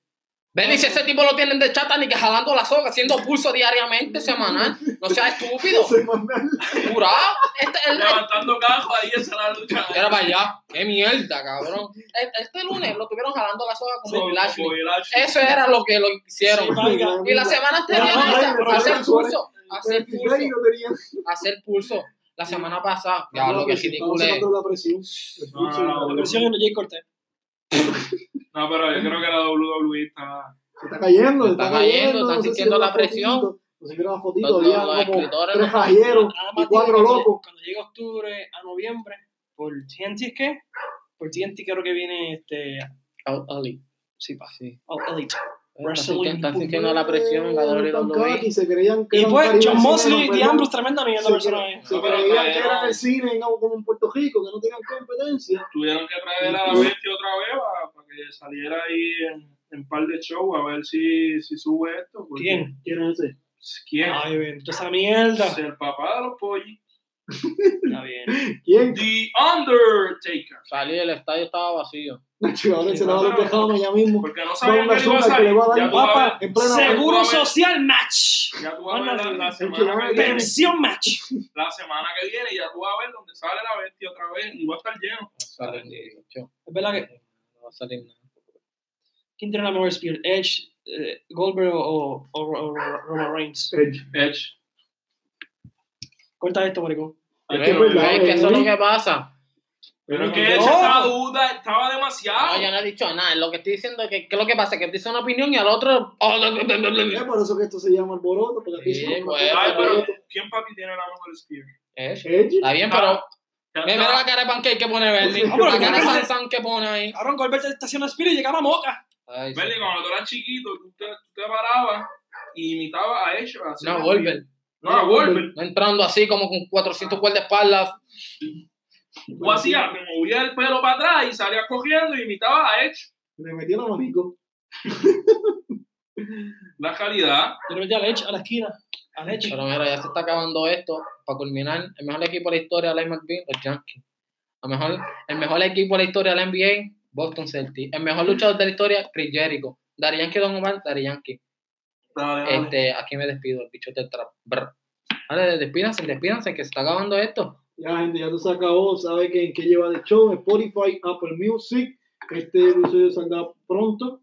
[SPEAKER 2] Ven, y si ese tipo lo tienen de chata ni que jalando la soga, haciendo pulso diariamente, semanal. No seas estúpido. Curado. Este, el, el-
[SPEAKER 4] Levantando cajos ahí, esa es la lucha.
[SPEAKER 2] Era para allá. Qué mierda, cabrón. E- Este lunes lo tuvieron jalando la soga con
[SPEAKER 4] Como-
[SPEAKER 2] Bobby
[SPEAKER 4] como
[SPEAKER 2] Lashley.
[SPEAKER 4] Bobby Lashley.
[SPEAKER 2] Eso era lo que lo hicieron.
[SPEAKER 1] Sí, Vaga.
[SPEAKER 2] Y la semana anterior
[SPEAKER 1] Ajá,
[SPEAKER 2] esa,
[SPEAKER 1] pero
[SPEAKER 2] hacer
[SPEAKER 3] Lashley
[SPEAKER 2] pulso, hacer pulso,
[SPEAKER 3] Eso
[SPEAKER 2] hacer pulso. La semana pasada, ya lo que ridículo es.
[SPEAKER 3] La presión.
[SPEAKER 4] No, no,
[SPEAKER 1] La versión de Jay Cortez.
[SPEAKER 4] No, pero yo creo que la WWE E, está.
[SPEAKER 3] Se está cayendo, se
[SPEAKER 2] Está
[SPEAKER 3] está
[SPEAKER 2] cayendo,
[SPEAKER 3] cayendo.
[SPEAKER 2] está
[SPEAKER 3] no sé si
[SPEAKER 2] sintiendo
[SPEAKER 3] era
[SPEAKER 2] la presión.
[SPEAKER 3] fotito, No sé si era la fotito,
[SPEAKER 2] Los-
[SPEAKER 3] había
[SPEAKER 2] los
[SPEAKER 3] como
[SPEAKER 2] escritores
[SPEAKER 3] tres
[SPEAKER 2] no-
[SPEAKER 3] cajeros
[SPEAKER 1] Nada
[SPEAKER 3] y
[SPEAKER 1] más
[SPEAKER 3] cuatro
[SPEAKER 1] digo que
[SPEAKER 3] locos.
[SPEAKER 1] Cuando llegue octubre a noviembre, por TNT, ¿qué? Por TNT creo que viene este...
[SPEAKER 2] Out Ali.
[SPEAKER 1] Sí, pa.
[SPEAKER 2] Sí.
[SPEAKER 1] All Elite.
[SPEAKER 2] Está
[SPEAKER 1] Wrestling.
[SPEAKER 2] sintiendo- está sintiendo la presión, la E.
[SPEAKER 3] Tan
[SPEAKER 2] WWE.
[SPEAKER 3] caqui, se creían que
[SPEAKER 1] Y
[SPEAKER 3] eran
[SPEAKER 1] pues, John
[SPEAKER 3] caribeños,
[SPEAKER 1] Mosley
[SPEAKER 3] ¿verdad?
[SPEAKER 1] y Ambrose, tremenda mierda eh.
[SPEAKER 3] Se cre-
[SPEAKER 1] personaje.
[SPEAKER 3] Se
[SPEAKER 4] No, pero
[SPEAKER 3] creían que
[SPEAKER 4] trajeron-
[SPEAKER 3] eran el cine ¿no? como en Puerto Rico, que no tenían competencia.
[SPEAKER 4] Tuvieron que traer a la bestia otra vez para, para que saliera ahí en un par de shows a ver si, si sube esto. porque-
[SPEAKER 1] ¿Quién?
[SPEAKER 3] ¿Quién es ese?
[SPEAKER 4] ¿Quién?
[SPEAKER 1] Ay, bendito esa mierda.
[SPEAKER 4] Es el papá de los pollis.
[SPEAKER 1] Está bien.
[SPEAKER 3] ¿Quién?
[SPEAKER 4] The Undertaker.
[SPEAKER 2] Salí del estadio, estaba vacío.
[SPEAKER 3] Nacho, ahora
[SPEAKER 4] Sí,
[SPEAKER 3] se le va a
[SPEAKER 4] no,
[SPEAKER 3] dar el
[SPEAKER 4] no,
[SPEAKER 3] tejado mañana mismo.
[SPEAKER 4] Porque no
[SPEAKER 3] Va a
[SPEAKER 4] sabían
[SPEAKER 3] una
[SPEAKER 4] que le iba
[SPEAKER 3] zumba
[SPEAKER 4] a
[SPEAKER 3] que le
[SPEAKER 4] salir.
[SPEAKER 3] va a
[SPEAKER 4] Ya
[SPEAKER 3] dar
[SPEAKER 4] tú vas a
[SPEAKER 1] Papá,
[SPEAKER 4] ver-
[SPEAKER 3] en plena
[SPEAKER 1] seguro
[SPEAKER 4] Bueno,
[SPEAKER 1] social match.
[SPEAKER 4] ya tú vas a ver la, la semana que viene.
[SPEAKER 1] Pensión match.
[SPEAKER 4] La semana que viene ya tú vas a ver dónde sale la bestia otra vez y va a estar lleno.
[SPEAKER 2] Sale el dicho.
[SPEAKER 1] Es verdad que.
[SPEAKER 2] No va a salir nada.
[SPEAKER 1] ¿Quién tiene la mejor spear? ¿Edge, eh, Goldberg o, o, o- o Roman Reigns?
[SPEAKER 3] Edge.
[SPEAKER 4] Edge.
[SPEAKER 1] Corta esto, maricón.
[SPEAKER 4] Ay,
[SPEAKER 2] Pero,
[SPEAKER 4] pero,
[SPEAKER 2] es que
[SPEAKER 1] ¿eh?
[SPEAKER 2] eso es lo que pasa.
[SPEAKER 4] Pero que
[SPEAKER 3] no,
[SPEAKER 4] Edge
[SPEAKER 1] no.
[SPEAKER 4] estaba duda, estaba demasiado.
[SPEAKER 1] Ah.
[SPEAKER 2] No, yo no he dicho nada. Lo que estoy diciendo es que, que lo que pasa es que él dice una opinión y al otro. oh, no, no, no, no,
[SPEAKER 3] Es
[SPEAKER 2] no.
[SPEAKER 3] por eso que esto se llama alboroto, porque aquí
[SPEAKER 2] Sí,
[SPEAKER 3] se llama
[SPEAKER 2] pues,
[SPEAKER 4] Ay,
[SPEAKER 3] alboroto.
[SPEAKER 4] pero ¿quién papi tiene la mejor spear?
[SPEAKER 2] Eh,
[SPEAKER 3] Edge.
[SPEAKER 2] Está bien, pero.
[SPEAKER 4] Ya
[SPEAKER 2] Ve, Mira
[SPEAKER 4] está.
[SPEAKER 2] la cara de pancake que pone Bernie.
[SPEAKER 1] Ah, pero
[SPEAKER 2] La cara de
[SPEAKER 1] Bernie-
[SPEAKER 2] Sansan que pone ahí.
[SPEAKER 1] Cabrón, Goldberg está haciendo spear y llegaba a Moca.
[SPEAKER 2] Ay, sí.
[SPEAKER 4] Verle, cuando tú eras chiquito, tú te, tú te parabas y imitabas a Edge. a hacer
[SPEAKER 2] No,
[SPEAKER 4] la-
[SPEAKER 2] Goldberg.
[SPEAKER 4] No, a Goldberg.
[SPEAKER 2] No entrando así como con 400 cuerdas de espalda.
[SPEAKER 4] Tú hacías, te movías el pelo para atrás y salías cogiendo y imitabas a Edge.
[SPEAKER 3] Me metí en abanico.
[SPEAKER 4] La calidad.
[SPEAKER 1] Yo creo que ya Edge a la esquina. Al Edge.
[SPEAKER 2] Pero mira, ya se está acabando esto. Para culminar, el mejor equipo de la historia de la MLB, los Yankees. El mejor, el mejor equipo de la historia de la NBA, Boston Celtics. El mejor luchador de la historia, Chris Jericho. Dari Yankee, Don Omar, Dari Yankee.
[SPEAKER 4] Dale, dale.
[SPEAKER 2] Este, aquí me despido, el bicho del trap. Brr. Dale, despídanse, despídanse, que se está acabando esto.
[SPEAKER 3] Ya, gente, ya tú se acabó. Sabe que en qué lleva de show. Spotify, Apple Music. Este episodio saldrá pronto.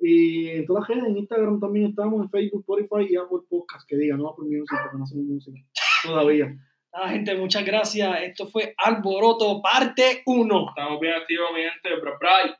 [SPEAKER 3] Y en todas las redes, en Instagram también estamos, en Facebook, Spotify y Apple Podcast. Que diga, no Apple Music, porque no hacemos música. Todavía.
[SPEAKER 1] Nada, gente, muchas gracias. Esto fue Alboroto, parte 1.
[SPEAKER 4] Estamos bien activos, mi gente. Bye, bye.